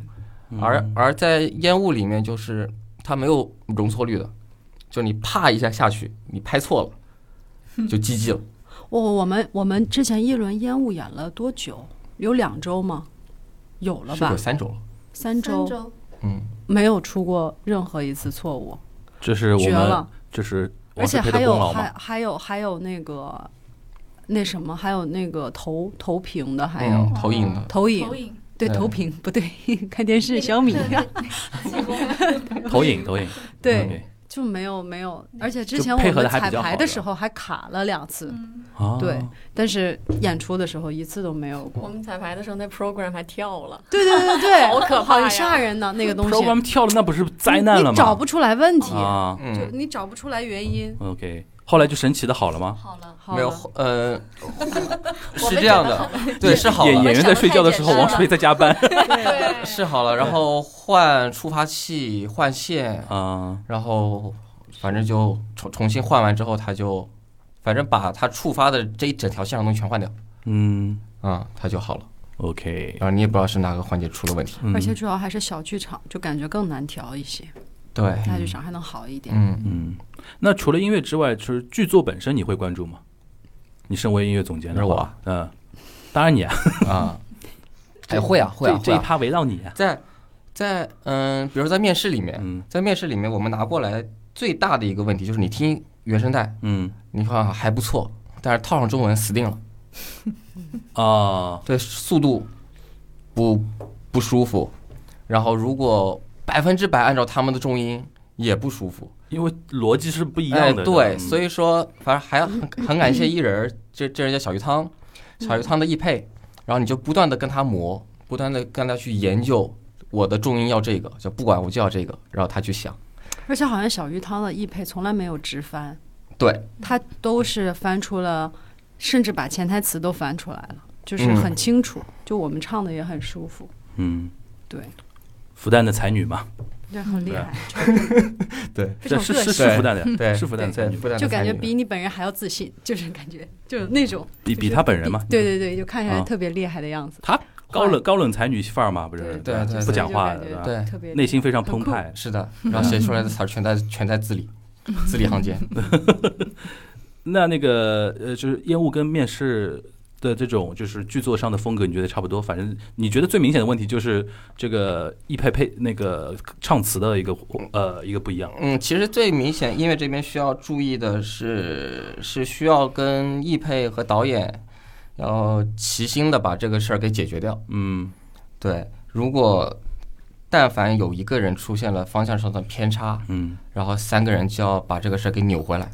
S6: 而而在烟雾里面，就是它没有容错率的，就你啪一下下去，你拍错了，就 GG 了。
S1: 我哦我们我们之前一轮烟雾演了多久？有两周吗？有了
S6: 是不是
S1: 吧
S6: 有，三种了？
S5: 哦
S1: 三周
S4: 周
S6: 嗯，
S1: 没有出过任何一次错误，
S2: 这是我
S1: 绝
S2: 们
S1: 了。
S2: 就是
S1: 而
S2: 王
S1: 且
S2: 世培
S1: 还
S2: 的
S1: 有
S2: 功劳
S1: 还
S2: 嘛。
S1: 还有还有那个那什么，还有那个投投屏的，
S4: 哎
S1: 还有、
S6: 嗯，投影的，
S1: 投影，
S7: 投影，
S1: 对
S6: 对
S1: 投屏不对，看电视小米，
S7: 那个
S2: 投影投影，嗯
S1: 对
S2: OK，
S1: 就没有没有，而且之
S2: 就
S1: 前
S2: 配
S1: 我
S2: 合
S1: 们
S2: 得还
S1: 彩
S2: 比较
S1: 排
S2: 好
S1: 的
S2: 是
S1: 时候还卡了两次，
S2: 啊，
S1: 对但是演出的时候一次都没有过
S4: 我。们彩排的时候那 program 还跳了，
S1: 对对对对对，
S4: 好可怕呀
S1: 好吓人呢，那个东西。
S2: ，program 跳了，那不是灾难了吗？
S1: 你找不出来问题，
S2: 啊
S1: 就
S6: 嗯，
S1: 你找不出来原因。
S2: ，OK，后来就神奇的好了吗？
S5: 好了，
S1: 好
S6: 没有
S1: 了，
S6: 呃，
S4: 我
S6: 是
S4: 们
S6: 这样
S4: 觉得
S6: 的，对，是好
S2: 演
S6: 了，
S2: 演员在睡觉的时候，王淑慧在加 班
S4: 对
S6: 是好了，然后换触发器，换线，
S2: 啊，
S6: 然后反正就重重新换完之后，它就反正把它触发的这一整条线上的东西全换掉，
S2: 嗯
S6: 啊，它就好了。
S2: ，OK，
S6: 然后你也不知道是哪个环节出了问题。
S2: 嗯
S1: 而且主要还是小剧场，就感觉更难调一些，
S6: 对，
S1: 大剧场还能好一点。
S6: 嗯，
S2: 嗯，那除了音乐之外，其实剧作本身你会关注吗？你身为音乐总监的
S6: 是我
S2: 话，
S6: 啊
S2: 嗯，当然你啊，
S6: 啊， 哎，会啊，会啊，
S2: 这
S6: 会
S2: 这一
S6: 啊。
S2: 趴围绕你啊，
S6: 在在嗯，比如在面试里面，
S2: 嗯
S6: 在面试里面，我们拿过来最大的一个问题就是你听原声带，
S2: 嗯
S6: 你看还不错，但是套上中文死定了，
S2: 啊，
S6: 对，速度不不舒服，然后如果百分之百按照他们的重音也不舒服，
S2: 因为逻辑是不一
S6: 哎，
S2: 样的，嗯
S6: 对，所
S2: 以
S6: 以说反正还很很感谢艺人儿，这这人叫小鱼汤，
S2: 嗯
S6: 小鱼汤的易配，然后你就不断的跟他磨，不断的跟他去研究，我的重音要这个，就不管我就要这个，然后他去想，
S1: 而且好像小鱼汤的译配从来没有直翻，
S6: 对，
S1: 它都是翻出了，甚至把潜台词都翻出来了，就是
S6: 嗯
S1: 很清楚，就我们唱的也很舒服，
S2: 嗯，
S1: 对，
S2: 复旦的才女嘛，
S1: 就很厉害，
S6: 对
S1: 非
S2: 这
S1: 常
S2: 是
S1: 个
S2: 是
S1: 性，
S2: 是复旦的呀，
S6: 对，
S2: 是复旦的才
S6: 对，
S2: 女，
S6: 复旦的
S1: 嗯就感觉
S6: 才女
S1: 比你本人还要自信，就是感觉就是那种
S2: 比比她本人嘛，
S1: 对对对，就看起来
S2: 啊
S1: 特别厉害的样子，
S2: 她高冷高冷才女范儿嘛，不是？
S6: 对对
S2: 不
S6: 对
S2: 讲话
S1: 就
S2: 的，
S1: 感觉
S2: 吧
S6: 对
S1: 特别
S2: 内心非常
S1: 很
S2: 澎
S1: 酷
S2: 湃。
S6: 是的，然后写出来的词儿全 在全在字里，
S1: 嗯
S6: 字里行间，
S2: 那那个呃，就是烟雾跟面试的这种就是剧作上的风格，你觉得差不多？反正你觉得最明显的问题就是这个易配配那个唱词的一个呃一个不一样。
S6: 嗯，其实最明显，因为这边需要注意的是，是需要跟易配和导演要齐心的把这个事儿给解决掉。
S2: 嗯
S6: 对，如果但凡有一个人出现了方向上的偏差，
S2: 嗯
S6: 然后三个人就要把这个事儿给扭回来，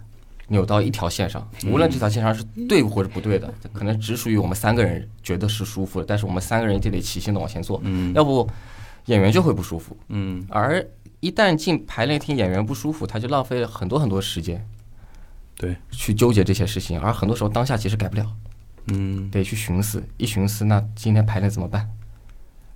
S6: 扭到一条线上，
S2: 嗯
S6: 无论这条线上是对或者不对的，可能只属于我们三个人觉得是舒服的，但是我们三个人就得齐心的往前做，
S2: 嗯
S6: 要不演员就会不舒服。
S2: 嗯
S6: 而一旦进排练厅，演员不舒服，他就浪费了很多很多时间，
S2: 对，
S6: 去纠结这些事情。而很多时候当下其实改不了，
S2: 嗯
S6: 得去寻思，一寻思，那今天排练怎么办？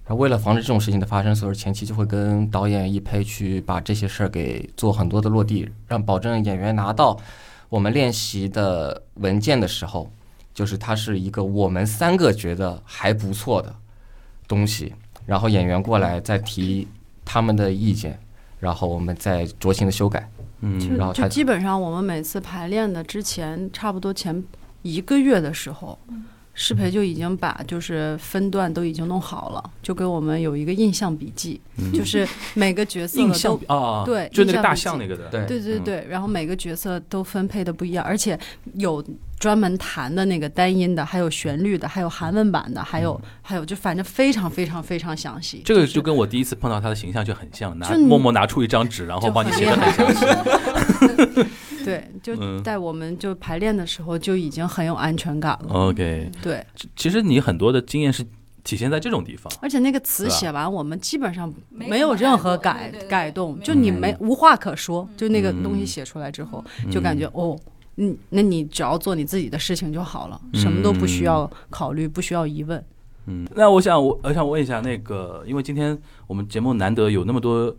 S6: 然后为了防止这种事情的发生，所以前期就会跟导演一配去把这些事儿给做很多的落地，让保证演员拿到我们练习的文件的时候，就是它是一个我们三个觉得还不错的东西，然后演员过来再提他们的意见，然后我们再酌情的修改。
S1: 就
S2: 嗯
S6: 然后
S1: 就
S6: 他
S1: 基本上我们每次排练的之前，差不多前一个月的时候，
S6: 嗯
S1: 适培就已经把就是分段都已经弄好了，就给我们有一个印象笔记， 就是每个角色
S2: 印
S1: 的
S2: 象
S1: 都。
S2: 啊，
S1: 对
S2: 就那个
S1: 印象
S2: 大
S1: 笔
S2: 象
S1: 记
S2: 那个的，
S6: 对
S1: 对对
S2: 嗯
S1: 对，然后每个角色都分配的不一样，而且有专门弹的那个单音的，还有旋律的，还有韩文版的，还有还有就反正非常非常非常详细。
S2: 嗯这个
S1: 是
S2: 就跟我第一次碰到他的形象就很像，拿
S1: 就你
S2: 默默拿出一张纸，然后
S1: 就
S2: 帮你
S1: 很
S2: 写
S1: 厉
S2: 的
S1: 害
S2: 很详细。
S1: 对，就
S2: 嗯
S1: 在我们就排练的时候就已经很有安全感
S2: 哦
S1: 了。
S2: OK，
S1: 对，
S2: 其其实你很多的经验是体现在这种地方。
S1: 而且那个词
S2: 是吧啊
S1: 写完，我们基本上
S5: 没
S1: 没有
S5: 什么
S1: 任何改
S5: 改过对对对
S1: 改动，
S5: 没
S1: 就
S5: 有
S1: 你
S2: 改
S1: 没无话可说，就那个东西
S2: 嗯
S1: 写出来之后，就感觉哦，嗯，那你只要做你自己的事情就好了，什么都不需要考虑，不需要疑问。
S2: 嗯，那我想我我想问一下那个，因为今天我们节目难得有那么多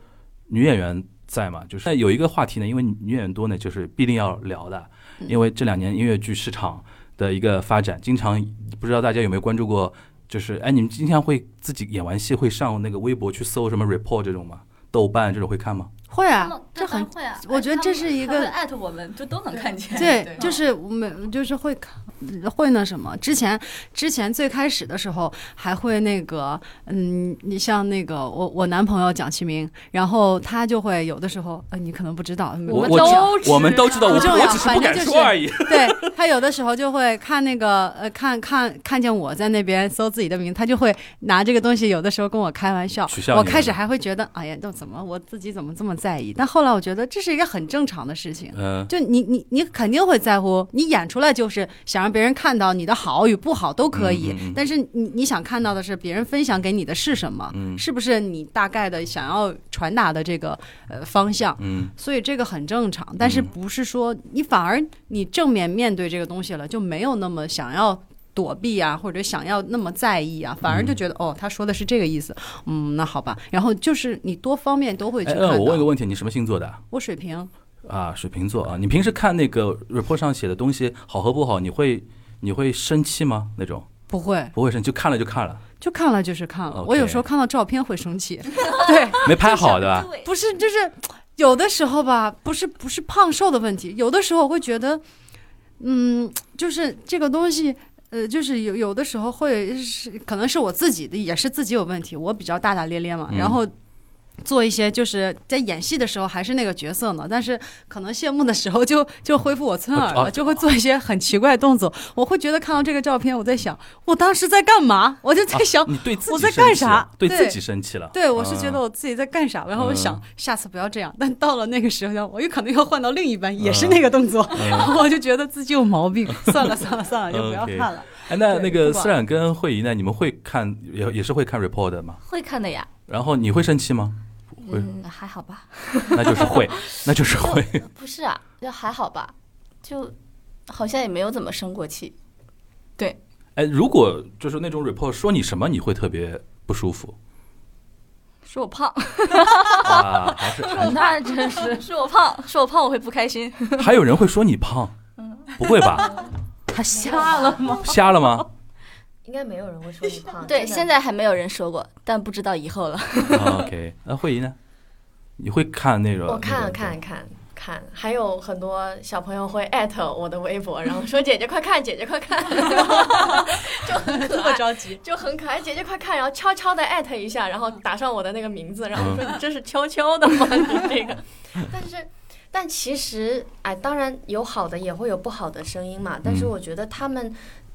S2: 女演员在嘛，就是那哎有一个话题呢，因为女演员多呢，就是必定要聊的，
S1: 嗯
S2: 因为这两年音乐剧市场的一个发展，经常不知道大家有没有关注过，就是哎，你们经常会自己演完戏会上那个微博去搜什么 report 这种吗？豆瓣这种会看吗？
S1: 会
S5: 他
S1: 啊
S5: 们，
S1: 这
S5: 当然
S1: 很
S5: 会啊，
S1: 我觉得这是一个
S5: 艾特我们，就都能看见。
S1: 对，就是我们就是会会那什么，之前之前最开始的时候还会那个，嗯，你像那个我我男朋友蒋奇明，然后他就会有的时候，呃，你可能不知道，
S2: 我
S1: 们
S2: 我
S1: 都
S2: 知
S1: 知道
S2: 我们都知道，我
S1: 不重要
S2: 我只是不敢
S1: 反正就是
S2: 说而 已。
S1: 对他有的时候就会看那个呃，看看看见我在那边搜自己的名，他就会拿这个东西，有的时候跟我开玩笑
S2: 取笑。你啊
S1: 我开始还会觉得，哎呀，都怎么我自己怎么这么在意？但后了，我觉得这是一个很正常的事情。
S2: 嗯，
S1: 就你你你肯定会在乎，你演出来就是想让别人看到你的好与不好都可以，
S2: 嗯嗯嗯
S1: 但是你你想看到的是别人分享给你的是什么，
S2: 嗯
S1: 是不是你大概的想要传达的这个呃方向？
S2: 嗯
S1: 所以这个很正常，但是
S2: 嗯
S1: 不是说你反而你正面面对这个东西了，就没有那么想要躲避啊，或者想要那么在意啊，反而
S2: 嗯
S1: 就觉得、哦，他说的是这个意思，嗯，那好吧。然后就是你多方面都会去
S2: 哎，
S1: 看到。
S2: 呃我问个问题，你什么星座的啊？
S1: 我水平
S2: 啊，水瓶座啊，你平时看那个 report 上写的东西好和不好，你会你会生气吗？那种
S1: 不会，
S2: 不会生气，就看了就看了，
S1: 就看了就是看了。
S2: OK
S1: 我有时候看到照片会生气，对，
S2: 没拍好 对吧？
S1: 不是就是有的时候吧，不是不是胖瘦的问题，有的时候我会觉得，嗯，就是这个东西。呃，就是有有的时候会是，可能是我自己的，也是自己有问题。我比较大大咧咧嘛，
S2: 嗯
S1: 然后做一些就是在演戏的时候还是那个角色呢，但是可能谢幕的时候就就恢复我村儿
S2: 啊
S1: 了，就会做一些很奇怪的动作。我会觉得看到这个照片，我在想我当时在干嘛？我就在想
S2: 啊，你对自己
S1: 我在干
S2: 生气了
S1: 啥
S2: 对
S1: 对
S2: 自己生气了？
S1: 对，我是
S2: 啊
S1: 觉得我自己在干啥，然后我想
S2: 嗯
S1: 下次不要这样，但到了那个时候，我又可能要换到另一班，也
S2: 嗯
S1: 是那个动作，然后 我就觉得自己有毛病，算了算了算了，就不要
S2: OK
S1: 看了。
S2: 哎，那
S1: 对
S2: 那个
S1: 不管
S2: 思冉跟慧怡呢？你们会看也也是会看 report 的吗？
S5: 会看的呀，
S2: 然后你会生气吗？不会，
S5: 嗯，还好吧，
S2: 那就是会， 那就是会。
S5: 不是啊，就还好吧，就好像也没有怎么生过气，
S2: 哎，如果就是那种 report 说你什么，你会特别不舒服
S5: 说我 胖，
S2: 啊？还是还
S5: 那真是说我胖，说我胖我会不开心，
S2: 还有人会说你胖？
S4: 嗯
S2: 不会吧？
S5: 他 瞎了吗？
S2: 瞎了 吗？
S4: 应该没有人会说你胖。
S5: 对，
S4: 真的
S5: 现在还没有人说过，但不知道以后了。
S2: 啊 OK，那慧怡呢？你会看那种？
S4: 我看
S2: 那种
S4: 看看看，还有很多小朋友会艾特我的微博，然后说姐姐快看，姐姐快看， 就很可爱。
S1: 着急，
S4: 就很可爱，姐姐快看，然后悄悄的艾特一下，然后打上我的那个名字，然后说
S2: 嗯
S4: 你这是悄悄的吗？你这个， 但是，但其实，哎，当然有好的，也会有不好的声音嘛。但是
S2: 嗯
S4: 我觉得他们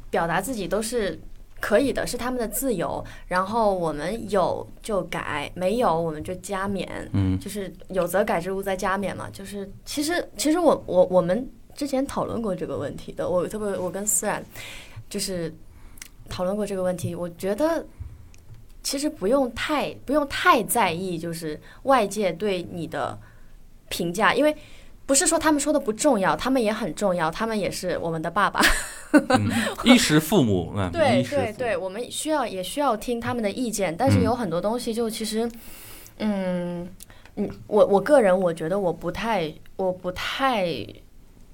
S4: 表达自己都是可以的，是他们的自由。然后我们有就改，没有我们就加勉，
S2: 嗯
S4: 就是有则改之，无则加勉嘛。就是其实其实我我我们之前讨论过这个问题的，我特别我跟思冉就是讨论过这个问题，我觉得。其实不用太不用太在意，就是外界对你的评价，因为不是说他们说的不重要，他们也很重要，他们也是我们的爸爸。
S2: 嗯，衣食父母，嗯，
S4: 对
S2: 衣食
S4: 对
S2: 父
S4: 对，
S2: 母，
S4: 我们需要也需要听他们的意见，但是
S2: 嗯
S4: 有很多东西就其实，嗯嗯，我我个人我觉得我不太我不太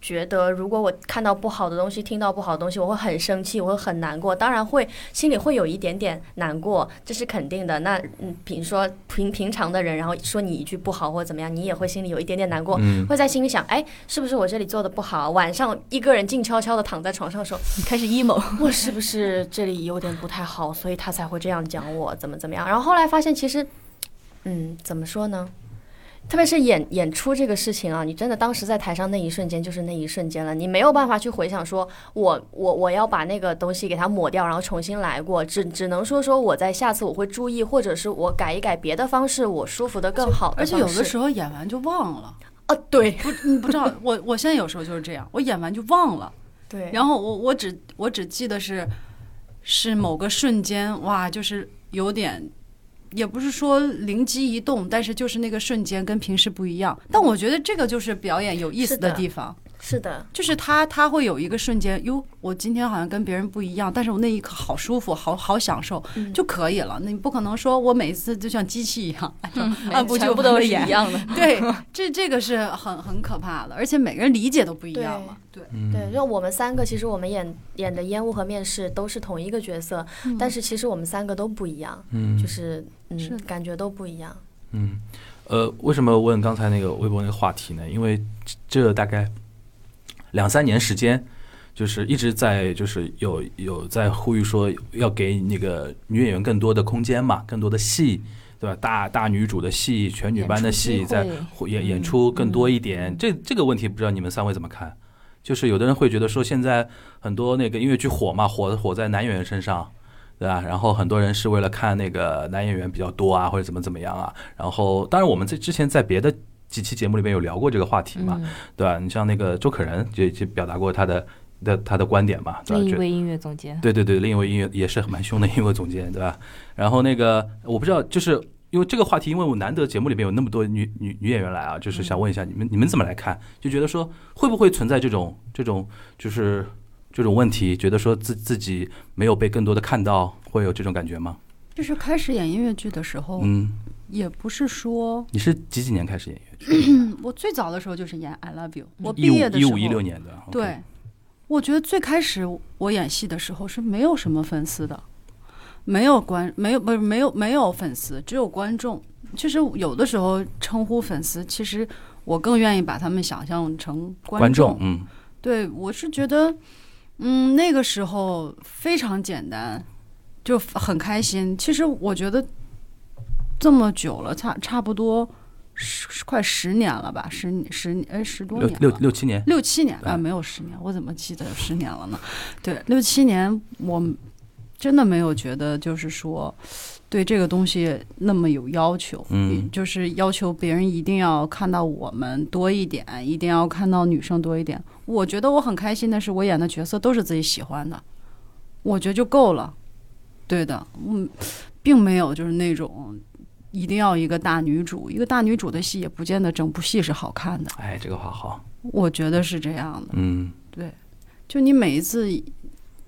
S4: 觉得，如果我看到不好的东西，听到不好的东西，我会很生气，我会很难过，当然会心里会有一点点难过，这是肯定的。那嗯，比如说平平常的人，然后说你一句不好或者怎么样，你也会心里有一点点难过，
S2: 嗯，
S4: 会在心里想，哎，是不是我这里做的不好？晚上一个人静悄悄的躺在床上说，
S5: 开始 emo，
S4: 我是不是这里有点不太好，所以他才会这样讲我怎么怎么样？然后后来发现其实，嗯，怎么说呢？特别是演演出这个事情啊，你真的当时在台上那一瞬间就是那一瞬间了，你没有办法去回想说我我我要把那个东西给它抹掉，然后重新来过，只只能说说我在下次我会注意，或者是我改一改别的方式，我舒服的更好
S1: 而且有的时
S4: 候
S1: 候演完就忘 了，
S4: 啊，对
S1: 不，你嗯不知道，我我现在有时候就是这样，我演完就忘 了，
S4: 对，
S1: 然后我我只我只记得是是某个瞬间，哇，就是有点。也不是说灵机一动，但是就是那个瞬间跟平时不一样。但我觉得这个就是表演有意思
S4: 是
S1: 的
S4: 的
S1: 地方。
S4: 是的，
S1: 就是他他会有一个瞬间，哟，我今天好像跟别人不一样，但是我那一刻好舒服，好好享受、就可以了。那你不可能说我每次就像机器一样，按嗯部就
S5: 全部
S1: 班
S5: 都
S1: 地
S5: 是一
S1: 演
S5: 样的。
S1: 对，这这个是很很可怕的，而且每个人理解都不一样嘛。对，
S2: 嗯
S4: 对，就我们三个，其实我们演演的烟雾和面试都是同一个角色，但是其实我们三个都不一样，
S2: 嗯
S4: 就是
S1: 是
S4: 嗯，感觉都不一样。
S2: 嗯，呃，为什么问刚才那个微博那个话题呢？因为这大概两三年时间，就是一直在就是有有在呼吁说要给那个女演员更多的空间嘛，更多的戏，对吧？大大女主的戏，全女班的戏，
S3: 演出机
S2: 在
S3: 会
S2: 演演出更多一点。这这个问题不知道你们三位怎么看？就是有的人会觉得说，现在很多那个音乐剧火嘛，火火在男演员身上，对吧？然后很多人是为了看那个男演员比较多啊，或者怎么怎么样啊。然后当然我们在之前在别的几期节目里面有聊过这个话题嘛，
S3: 嗯
S2: 对吧？你像那个周可人就已经表达过他的的他的观点嘛，对吧？
S3: 另
S2: 觉
S3: 一
S2: 得
S3: 位音乐总监，
S2: 对对对，另一位音乐也是蛮凶的音乐总监，对吧？然后那个我不知道，就是因为这个话题，因为我难得节目里面有那么多女女女演员来啊，
S1: 嗯
S2: 就是想问一下你们你们怎么来看？就觉得说会不会存在这种这种就是这种问题？觉得说自自己没有被更多的看到，会有这种感觉吗？
S1: 就是开始演音乐剧的时候，
S2: 嗯，
S1: 也不是说嗯
S2: 你是几几年开始演员？
S1: 我最早的时候就是演《I Love You》，我毕
S2: 一
S1: 业
S2: 五
S1: 的
S2: 一
S1: 时候，
S2: 五一六年的，OK，
S1: 对，我觉得最开始我演戏的时候是没有什么粉丝的，没有观，没有不是没有没有粉丝，只有观众。其实有的时候称呼粉丝，其实我更愿意把他们想象成观
S2: 观众，嗯，
S1: 对，我是觉得，嗯，那个时候非常简单，就很开心。其实我觉得这么久了，差差不多十快十年了吧，十十哎十多
S2: 六
S1: 年了
S2: 六六七年，
S1: 六七年
S2: 对
S1: 啊，没有十年，我怎么记得有十年了呢？对，六七年，我真的没有觉得就是说对这个东西那么有要求，
S2: 嗯
S1: 就是要求别人一定要看到我们多一点，一定要看到女生多一点。我觉得我很开心的是，我演的角色都是自己喜欢的，我觉得就够了。对的，嗯，并没有就是那种。一定要一个大女主，一个大女主的戏也不见得整部戏是好看的，
S2: 哎，这个话好，
S1: 我觉得是这样的。
S2: 嗯
S1: 就你每一次，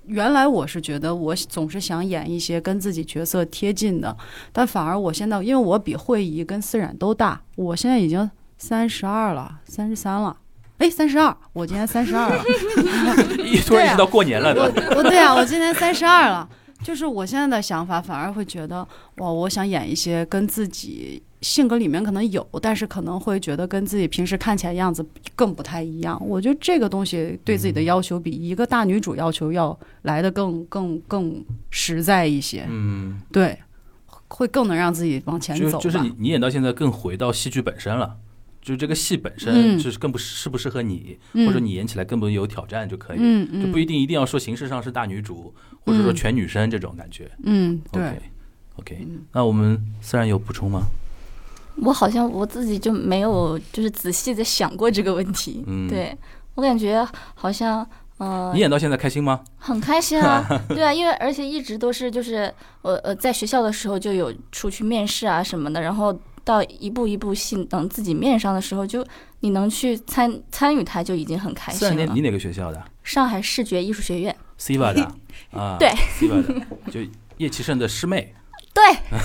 S1: 原来我是觉得我总是想演一些跟自己角色贴近的，但反而我现在，因为我比慧仪跟思冉都大，我现在已经三十二了，三十三了。哎，三十二，我今年三十二了。
S2: 一突
S1: 啊
S2: 然意识到过年了， 对吧？
S1: 我我对啊，我今年三十二了。就是我现在的想法，反而会觉得哇，我想演一些跟自己性格里面可能有，但是可能会觉得跟自己平时看起来样子更不太一样。我觉得这个东西对自己
S2: 嗯
S1: 的要求比一个大女主要求要来的更更更实在一些，
S2: 嗯，
S1: 对，会更能让自己往前
S2: 就
S1: 走吧。
S2: 就是你你演到现在更回到戏剧本身了，就是这个戏本身
S1: 嗯
S2: 就是更不适适不适合你，
S1: 嗯
S2: 或者你演起来更不有挑战就可以，
S1: 嗯
S2: 就
S1: 嗯
S2: 不一定一定要说形式上是大女主、或者说
S1: 嗯
S2: 全女生这种感觉。
S1: 嗯，对。
S2: OK OK，那我们思然有补充吗？
S5: 我好像我自己就没有就是仔细的想过这个问题，
S2: 嗯
S5: 对我感觉好像呃
S2: 你演到现在开心吗？
S5: 很开心 啊，对啊，因为而且一直都是就是我呃在学校的时候就有出去面试啊什么的，然后到一步一步戏等自己面上的时候，就你能去参参与它就已经很开
S2: 思然你
S5: 心了
S1: 啊
S2: 你。哪个学校的
S5: 上海视觉艺术学院，
S2: ？Siva 的啊，
S5: 对
S2: ，Siva 的，就叶启胜的师妹。
S5: 对，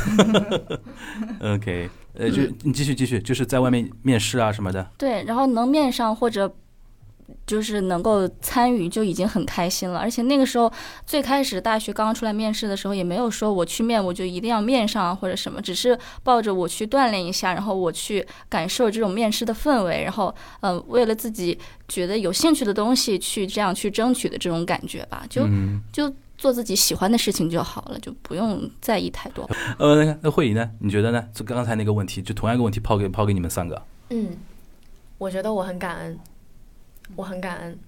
S2: OK，呃，
S1: 嗯
S2: 就你继续继续，就是在外面面试啊什么的。
S5: 对，然后能面上或者就是能够参与就已经很开心了。而且那个时候最开始大学刚刚出来面试的时候，也没有说我去面我就一定要面上啊或者什么，只是抱着我去锻炼一下，然后我去感受这种面试的氛围，然后呃为了自己觉得有兴趣的东西去这样去争取的这种感觉吧，就、
S2: 嗯，
S5: 就做自己喜欢的事情就好了，就不用在意太多。
S2: 呃，那个那慧仪呢？你觉得呢？就刚才那个问题，就同样一个问题抛给抛给你们三个。
S4: 嗯，我觉得我很感恩，我很感恩，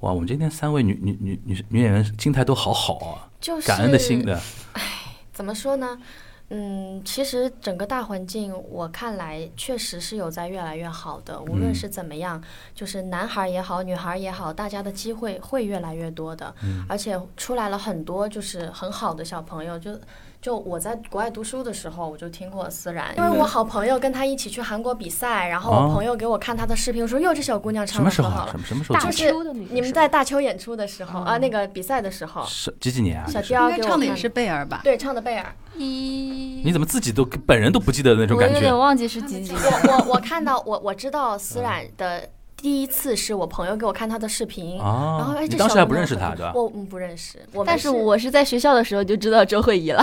S2: 哇，我们今天三位女女女女女演员心态都好好啊，
S4: 就是
S2: 感恩的心的，
S4: 怎么说呢？嗯，其实整个大环境，我看来确实是有在越来越好的。无论
S2: 嗯
S4: 是怎么样，就是男孩儿也好，女孩儿也好，大家的机会会越来越多的。
S2: 嗯
S4: 而且出来了很多就是很好的小朋友，就就我在国外读书的时候，我就听过思然，因为我好朋友跟他一起去韩国比赛，然
S2: 嗯
S4: 后
S2: 哦
S4: 我朋友给我看他的视频，我说哟，这小姑娘
S2: 什
S4: 唱
S2: 么
S4: 的
S2: 时
S4: 可
S2: 候
S4: 好
S2: 啊？
S4: 了
S2: 什。么什么时候
S4: 大
S2: 进？
S4: 是
S3: 秋的那个
S4: 你们
S3: 时
S4: 在大邱演出的时候、
S3: 哦
S4: 啊，那个比赛的时候，
S2: 是几几年啊？
S4: 小
S2: 这是
S1: 应
S4: 雕
S1: 该
S4: 给我
S1: 唱的也
S4: 看
S1: 是贝尔吧？
S4: 对唱的贝尔。
S5: 一
S2: 你怎么自己都本人都不记得的那种
S5: 我
S2: 感
S5: 有点
S2: 觉？
S5: 忘记是几几了。
S4: 我我我看
S2: 嗯
S4: 到我我知道思冉的第一次是我朋友给我看他的视频，然后
S2: 啊
S4: 哎，，
S2: 你
S4: 这
S2: 当时
S4: 小
S2: 还
S4: 姑
S2: 不认
S4: 娘
S2: 识
S4: 很
S2: 他，
S4: 不
S2: 对吧？
S4: 我嗯不认识，我们
S5: 但是我是在学校的时候就知道周慧仪了。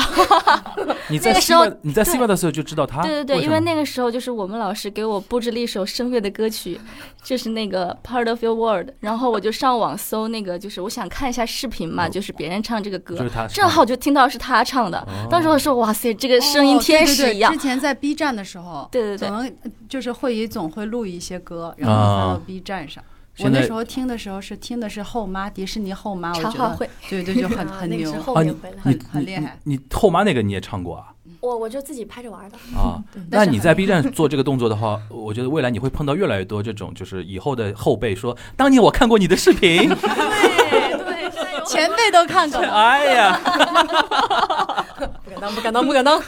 S2: 你在
S5: 那个
S2: 西
S5: 时候
S2: 曼，你在
S5: 对
S2: 西曼的时候就知道他，
S5: 对对对，
S2: 啊为
S5: 因为
S2: 什么
S5: 那个时候就是我们老师给我布置了一首声乐的歌曲， 就是那个 Part of Your World，然后我就上网搜那个，就是我想看一下视频嘛，
S2: 哦
S5: 就是别人唱这个
S2: 就
S5: 歌
S2: 是，他哦
S5: 正好就听到是他唱的，当时我说哇塞，这个声音
S1: 哦对嗯
S5: 天
S1: 对
S5: 使
S1: 对
S5: 一样
S1: 之，前在 B 站的时候，
S5: 对对对
S1: 总能呃就是会议总会录一些歌，然后发到 B 站上。我
S2: 啊现
S1: 那
S2: 在
S1: 时候听的时候是听的是后妈，迪士尼后妈，我
S5: 茶
S1: 觉
S5: 话
S1: 得
S5: 会，
S1: 对对，就很
S4: 啊
S1: 很
S4: 那个
S1: 牛
S4: 是。后
S2: 啊
S4: 面回来。
S2: 你
S1: 很很厉害
S2: 你你你后妈那个你也唱过啊？
S4: 我我就自己拍着玩儿的。
S5: 嗯
S2: 啊。那你在 B 站做这个动作的话，我觉得未来你会碰到越来越多这种，就是以后的后辈说，当年我看过你的视频，
S4: 对对，
S1: 前辈都看 过了。
S2: 哎呀，
S4: 不敢当，不敢当，不敢当。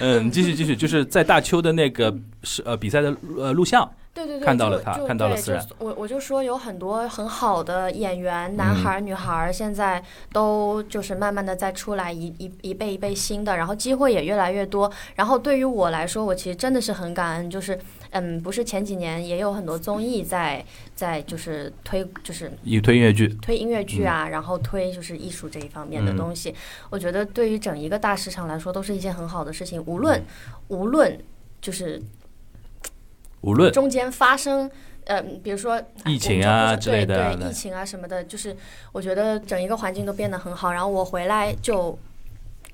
S2: 嗯，继续继续，就是在大邱的那个是呃比赛的呃录像，
S4: 对对对，
S2: 看到了
S4: 就
S2: 他
S4: 就
S2: 看到了
S4: 对
S2: 思然
S4: 就我我就说有很多很好的演员，男
S2: 嗯
S4: 孩儿、女孩儿，现在都就是慢慢的在出来一一一辈一辈新的，然后机会也越来越多。然后对于我来说，我其实真的是很感恩，就是嗯，不是前几年也有很多综艺在在就是推就是
S2: 以推音乐剧，
S4: 推音乐剧啊，然后推就是艺术这一方面的
S2: 嗯
S4: 东西，我觉得对于整一个大市场来说，都是一件很好的事情。
S2: 嗯
S4: 无论无论就是
S2: 无论
S4: 中间发生，呃，比如说
S2: 疫情啊
S4: 我就
S2: 之类的啊
S4: 对
S2: 对
S4: 对疫情啊什么的，就是我觉得整一个环境都变得很好。然后我回来就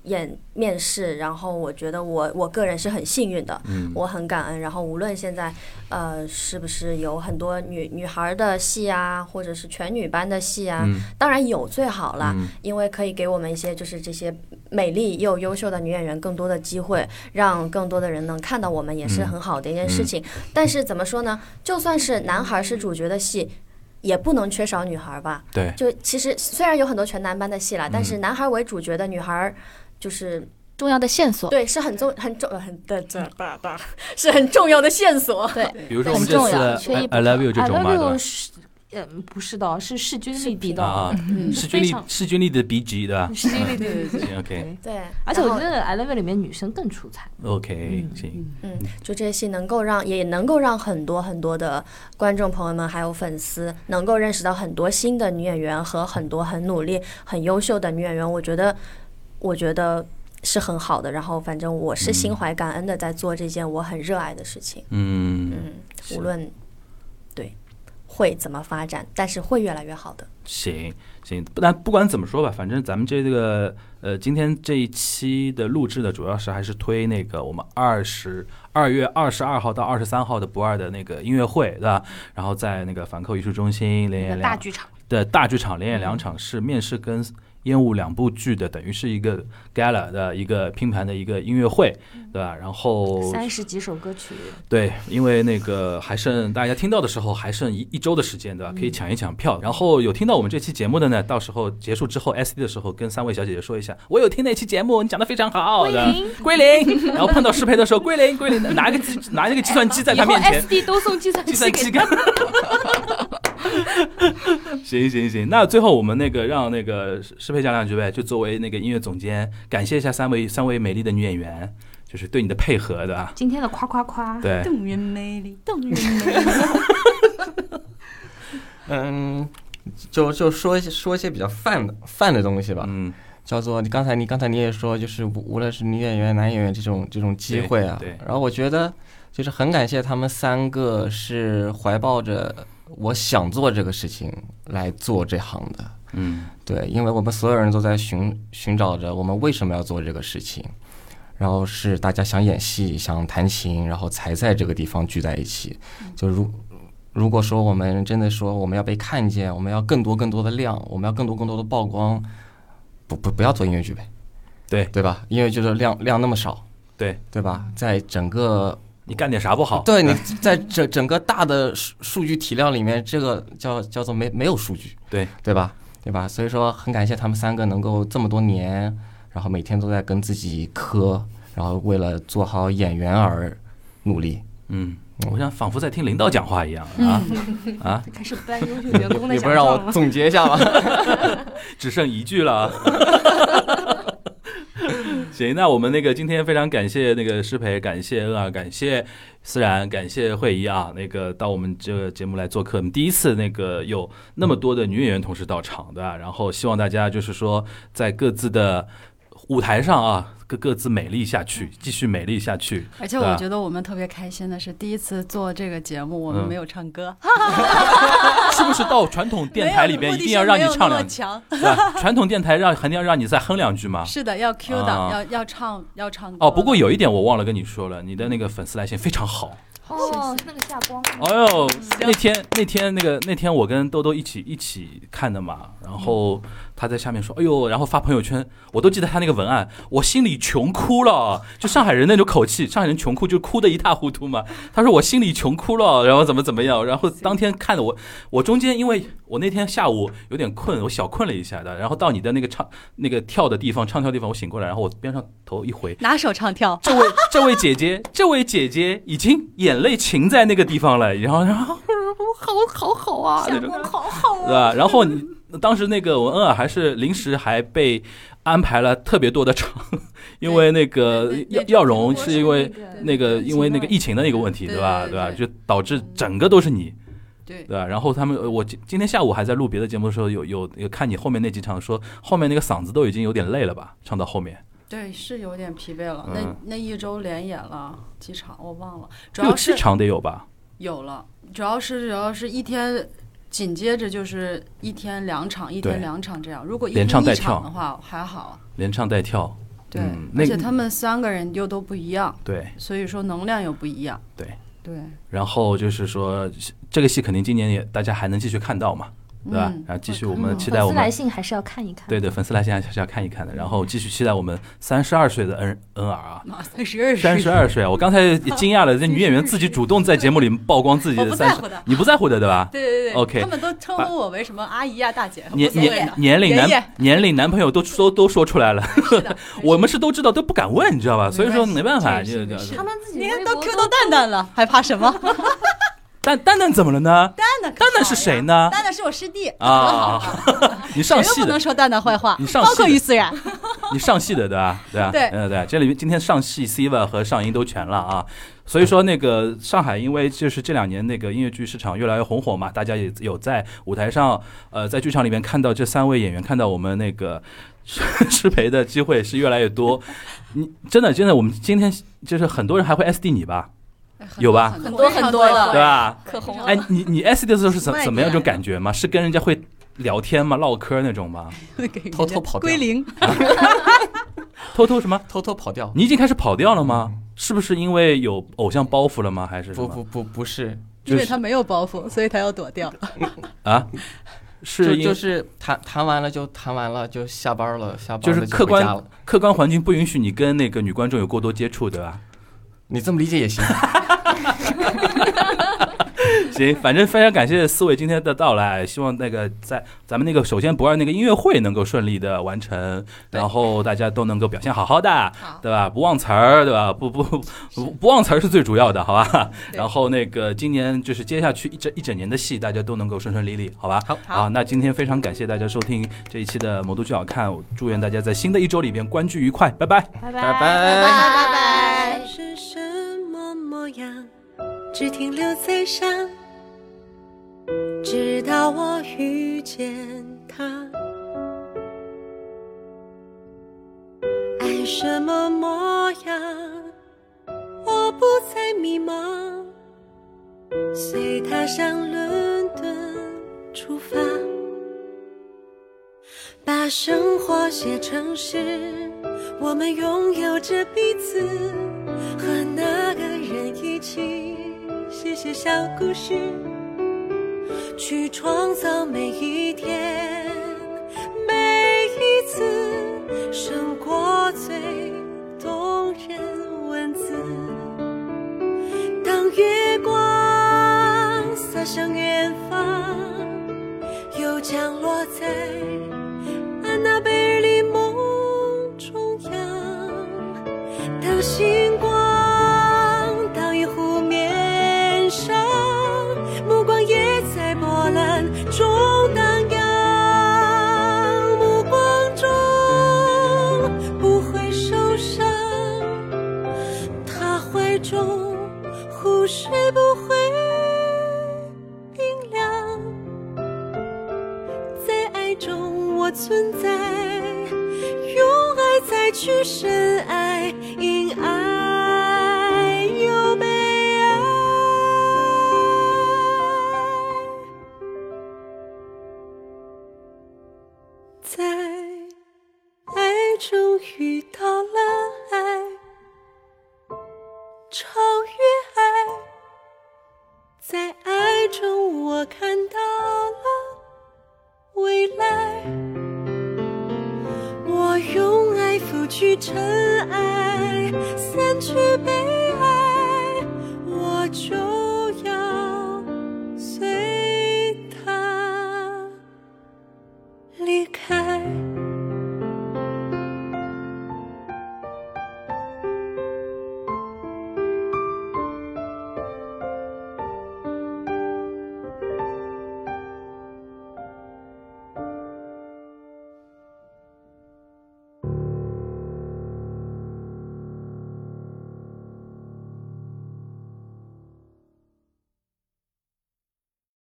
S4: 演面试，然后我觉得我我个人是很幸运的，
S2: 嗯
S4: 我很感恩。然后无论现在呃是不是有很多女女孩儿的戏啊，或者是全女班的戏啊，
S2: 嗯
S4: 当然有最好啦，
S2: 嗯
S4: 因为可以给我们一些就是这些美丽又优秀的女演员更多的机会，让更多的人能看到我们，也是
S2: 嗯
S4: 很好的一件事情。但是怎么说呢？就算是男孩是主角的戏。也不能缺少女孩吧？
S2: 对，嗯
S4: 就其实虽然有很多全男班的戏啦，但是男孩为主角的女孩，就是
S5: 重要的线索，
S4: 对，是很重很重很的这大大是很重要的线索。
S2: 比如说我
S5: 很
S2: 们这
S5: 重
S2: 次
S5: 要
S2: 的
S5: 缺一
S2: I I Love You 这种嘛，对吧
S3: Love You 啊是，嗯，不是的，是势均
S5: 是
S3: 力敌
S5: 比
S3: 的，
S2: 啊，
S1: 嗯
S2: 势均
S3: 非
S2: 力
S3: 常
S2: 势均力敌的 BG 对吧
S3: 势均力敌， 对对对。
S2: 行？OK
S4: 对，
S3: 而且我
S4: 然后
S3: 觉得《I Love You》里面女生更出彩，
S2: OK 行，
S4: 嗯，就这些戏能够让，也能够让很多很多的观众朋友们还有粉丝能够认识到很多新的女演员和很多很努力、很优秀的女演员。我觉得，我觉得是很好的。然后，反正我是心怀感恩的在做这件我很热爱的事情。
S2: 嗯，
S4: 嗯，
S2: 是
S4: 无论对会怎么发展，但是会越来越好的。
S2: 行行，不但不管怎么说吧，反正咱们这个呃，今天这一期的录制呢，主要是还是推那个我们二十二月二十二号到二十三号的不二的那个音乐会，对吧？然后在那个反扣艺术中心连
S3: 那
S2: 演
S3: 个
S2: 两
S3: 大剧场，嗯
S2: 的大剧场连演两场是面试跟烟雾两部剧的，等于是一个 gala 的一个拼盘的一个音乐会，对吧？然后
S3: 嗯三十几首歌曲，
S2: 对，因为那个还剩大家听到的时候还剩一一周的时间，对吧？可以抢一抢票。然后有听到我们这期节目的呢，到时候结束之后 SD 的时候，跟三位小姐姐说一下，我有听那期节目，你讲的非常好的，归零。 然后碰到适配的时候，归零归零，拿一个计拿一个计算机在
S3: 以
S2: 她
S3: 后
S2: 面 前，
S3: SD 都送 计算
S2: 计
S3: 机
S2: 算
S3: 给
S2: 机干。 行行行，那最后我们那个让那个适配讲两句呗，就作为那个音乐总监，感谢一下三位三位美丽的女演员，就是对你的配合，对吧？
S3: 今天的夸夸夸，
S2: 对，啊
S1: 动人美 丽，动人
S6: 嗯，就就说一些说一些比较泛的泛的东西吧，
S2: 嗯，
S6: 叫做你刚才你刚才你也说，就是无无论是女演员、男演员这种这种机会啊
S2: 对对，
S6: 然后我觉得就是很感谢他们三个是怀抱着我想做这个事情来做这行的，
S2: 嗯
S6: 对，因为我们所有人都在寻寻找着我们为什么要做这个事情，然后是大家想演戏、想弹琴，然后才在这个地方聚在一起。就如如果说我们真的说我们要被看见，我们要更多更多的量，我们要更多更多的曝光，不不不要做音乐剧呗，
S2: 对
S6: 对吧？音乐剧的量量那么少，
S2: 对
S6: 对吧？在整个
S2: 你干点啥不好？
S6: 对你在整整个大的数数据体量里面，这个叫叫做没没有数据，
S2: 对
S6: 对吧？对吧？所以说很感谢他们三个能够这么多年，然后每天都在跟自己磕，然后为了做好演员而努力。
S2: 嗯，我想仿佛在听领导讲话一样啊
S6: 嗯
S2: 啊，
S3: 开始颁优秀员 工的
S6: 你不
S3: 奖
S6: 是让
S3: 状
S6: 我
S3: 了。
S6: 总结一下吗？
S2: 只剩一句了 啊。行，那我们那个今天非常感谢那个师培，感谢恩啊，感谢思然，感谢慧怡啊，那个到我们这个节目来做客，我们第一次那个有那么多的女演员同时到场的、然后希望大家就是说在各自的舞台上啊，各各自美丽下去，继续美丽下去。
S1: 而且我觉得我们特别开心的是，第一次做这个节目，我们
S2: 嗯
S1: 没有唱 歌，
S2: 是不是到传统电台里边一定要让你唱两句？
S1: 强，
S2: 啊对吧传统电台让肯定要让你再哼两句嘛。
S1: 是的，要 Q 的，
S2: 啊
S1: 要要唱要唱歌
S2: 哦，不过有一点我忘了跟你说了，你的那个粉丝来信非常好。
S3: 哦，那个夏光，
S2: 哎呦，那天那天那个那天我跟豆豆一起一起看的嘛，然后他在下面说：“哎呦！”然后发朋友圈，我都记得他那个文案，我心里穷哭了。就上海人那种口气，上海人穷哭就哭得一塌糊涂嘛。他说我心里穷哭了，然后怎么怎么样，然后当天看的我，我中间因为我那天下午有点困，我小困了一下的，然后到你的那个唱那个跳的地方，唱跳地方，我醒过来，然后我边上头一回，
S1: 拿手唱跳，
S2: 这位这位姐姐，这位姐姐已经眼泪噙在那个地方了，然后然后好好好啊那种，
S5: 好好
S2: 对吧？然后你当时那个文恩啊，还是临时还被安排了特别多的场，因为那个耀耀荣是因为那个因为那个疫情的那个问题，
S1: 对
S2: 吧？
S1: 对
S2: 对吧？
S1: 对
S2: 就导致整个都是你，
S1: 对
S2: 对吧？然后他们，呃我今今天下午还在录别的节目的时候，有有有看你后面那几场，说后面那个嗓子都已经有点累了吧？唱到后面
S1: 对，是有点疲惫了。
S2: 嗯
S1: 那那一周连演了几场，我忘了，主
S2: 六
S1: 要
S2: 七
S1: 是
S2: 场得有吧？
S1: 有了，主要是主要是一天。紧接着就是一天两场，一天
S2: 对
S1: 两场这样。如果一
S2: 连
S1: 天
S2: 唱带
S1: 一场的
S2: 跳
S1: 话还好，
S2: 连唱带跳，
S1: 对，
S2: 嗯那
S1: 而且他们三个人又都不一样，
S2: 对。
S1: 所以说能量又不一样。
S2: 对
S1: 对，
S2: 然后就是说，这个戏肯定今年也大家还能继续看到嘛，对吧？
S1: 嗯
S2: 然后继续我们期待
S3: 粉
S2: 我
S3: 丝
S2: 们
S3: 来信还是要看一看。
S2: 对对粉丝来信还是要看一看的，然后继续期待我们三十二岁的恩恩尔啊。
S1: 妈三十二
S2: 三十二岁，啊我刚才也惊讶了，这女演员自己主动在节目里曝光自己
S1: 我
S2: 的
S1: 不
S2: 三
S1: 在
S2: 十
S1: 乎，的。
S2: 你不在乎的对吧？
S1: 对对对
S2: OK
S1: 他们都称呼我为什么阿姨呀、大姐，
S2: 年
S1: 无所谓
S2: 年
S1: 的
S2: 年龄
S1: 爷
S2: 男
S1: 爷
S2: 年龄男朋友都都都说出来了，
S1: 是的
S2: 我们是都知道，都不敢问，你知道吧？所以说没办法，就就
S3: 他们自己
S1: 连
S3: 微
S1: 都
S3: 博
S1: Q 到蛋蛋了，还怕什么？蛋
S2: 蛋蛋蛋怎么了呢？
S1: 蛋可
S2: 蛋蛋
S1: 好
S2: 是
S1: 呀
S2: 谁呢？
S1: 蛋蛋是我师弟，
S2: 啊， 你上
S1: 谁又
S2: 戏
S1: 不
S2: 的
S1: 能，说蛋蛋坏话
S2: 你，上
S1: 包括
S2: 戏
S1: 啊
S2: 的
S1: 于思然。
S2: 你上戏的对吧？对吧？
S1: 对
S2: 嗯对，这里面今天上戏 Siva 和上音都全了啊。所以说，那个上海，因为就是这两年那个音乐剧市场越来越红火嘛，大家也有在舞台上，呃，在剧场里面看到这三位演员，看到我们那个 失陪的机会是越来越多。你真的真的，我们今天就是很多人还会 SD 你吧，有吧
S5: 很多很多了
S2: 对吧？
S5: 可红了
S2: 哎，，你你 SD 的时候是怎
S1: 卖
S2: 怎么样一种
S1: 点
S2: 感觉吗？是跟人家会聊天吗？唠嗑那种吗？
S6: 偷偷跑掉
S1: 归零，
S2: 偷偷什么？
S6: 偷偷跑掉。
S2: 你已经开始跑调了吗？是不是因为有偶像包袱了吗？还是什
S6: 嗯不
S2: 么？
S6: 不不不是，
S2: 就
S1: 因为
S2: 是
S1: 他没有包袱，所以他要躲掉。
S2: 啊，
S6: 就是
S2: 因
S6: 就是谈谈完了就谈完了，就下班了，下班
S2: 就
S6: 了
S2: 是
S6: 回
S2: 客观
S6: 家了。
S2: 客观环境不允许你跟那个女观众有过多接触，对吧？
S6: 你这么理解也行。
S2: 行，反正非常感谢四位今天的到来，希望那个在咱们那个首先不二那个音乐会能够顺利的完成，
S6: 对
S2: 然后大家都能够表现好好的，对吧？不忘词儿，对吧？不不不不忘词儿是最主要的，好吧？
S1: 对
S2: 然后那个今年就是接下去一整一整年的戏，大家都能够顺顺利利，好吧？
S6: 好
S2: 啊，那今天非常感谢大家收听这一期的《魔都剧好看》，我祝愿大家在新的一周里边观剧愉快，拜拜。
S3: 拜
S6: 拜
S3: 拜
S6: 拜。
S4: 拜拜。
S7: 是什么模样，只停留在山，直到我遇见他。爱什么模样，我不再迷茫，随他向伦敦出发，把生活写成诗，我们拥有着彼此，和那个人一起写写小故事，去创造每一天。每一次胜过最动人文字。当月光洒向远方，又降落在安娜贝尔里梦中央。当星光倒映湖面上，目光也在波澜中荡漾。目光中不会受伤，他怀中湖水不会冰凉。在爱中我存在，用爱再去深爱，因爱又被爱，在爱中遇到了爱，超越爱，在爱中我看到了。未来，沉。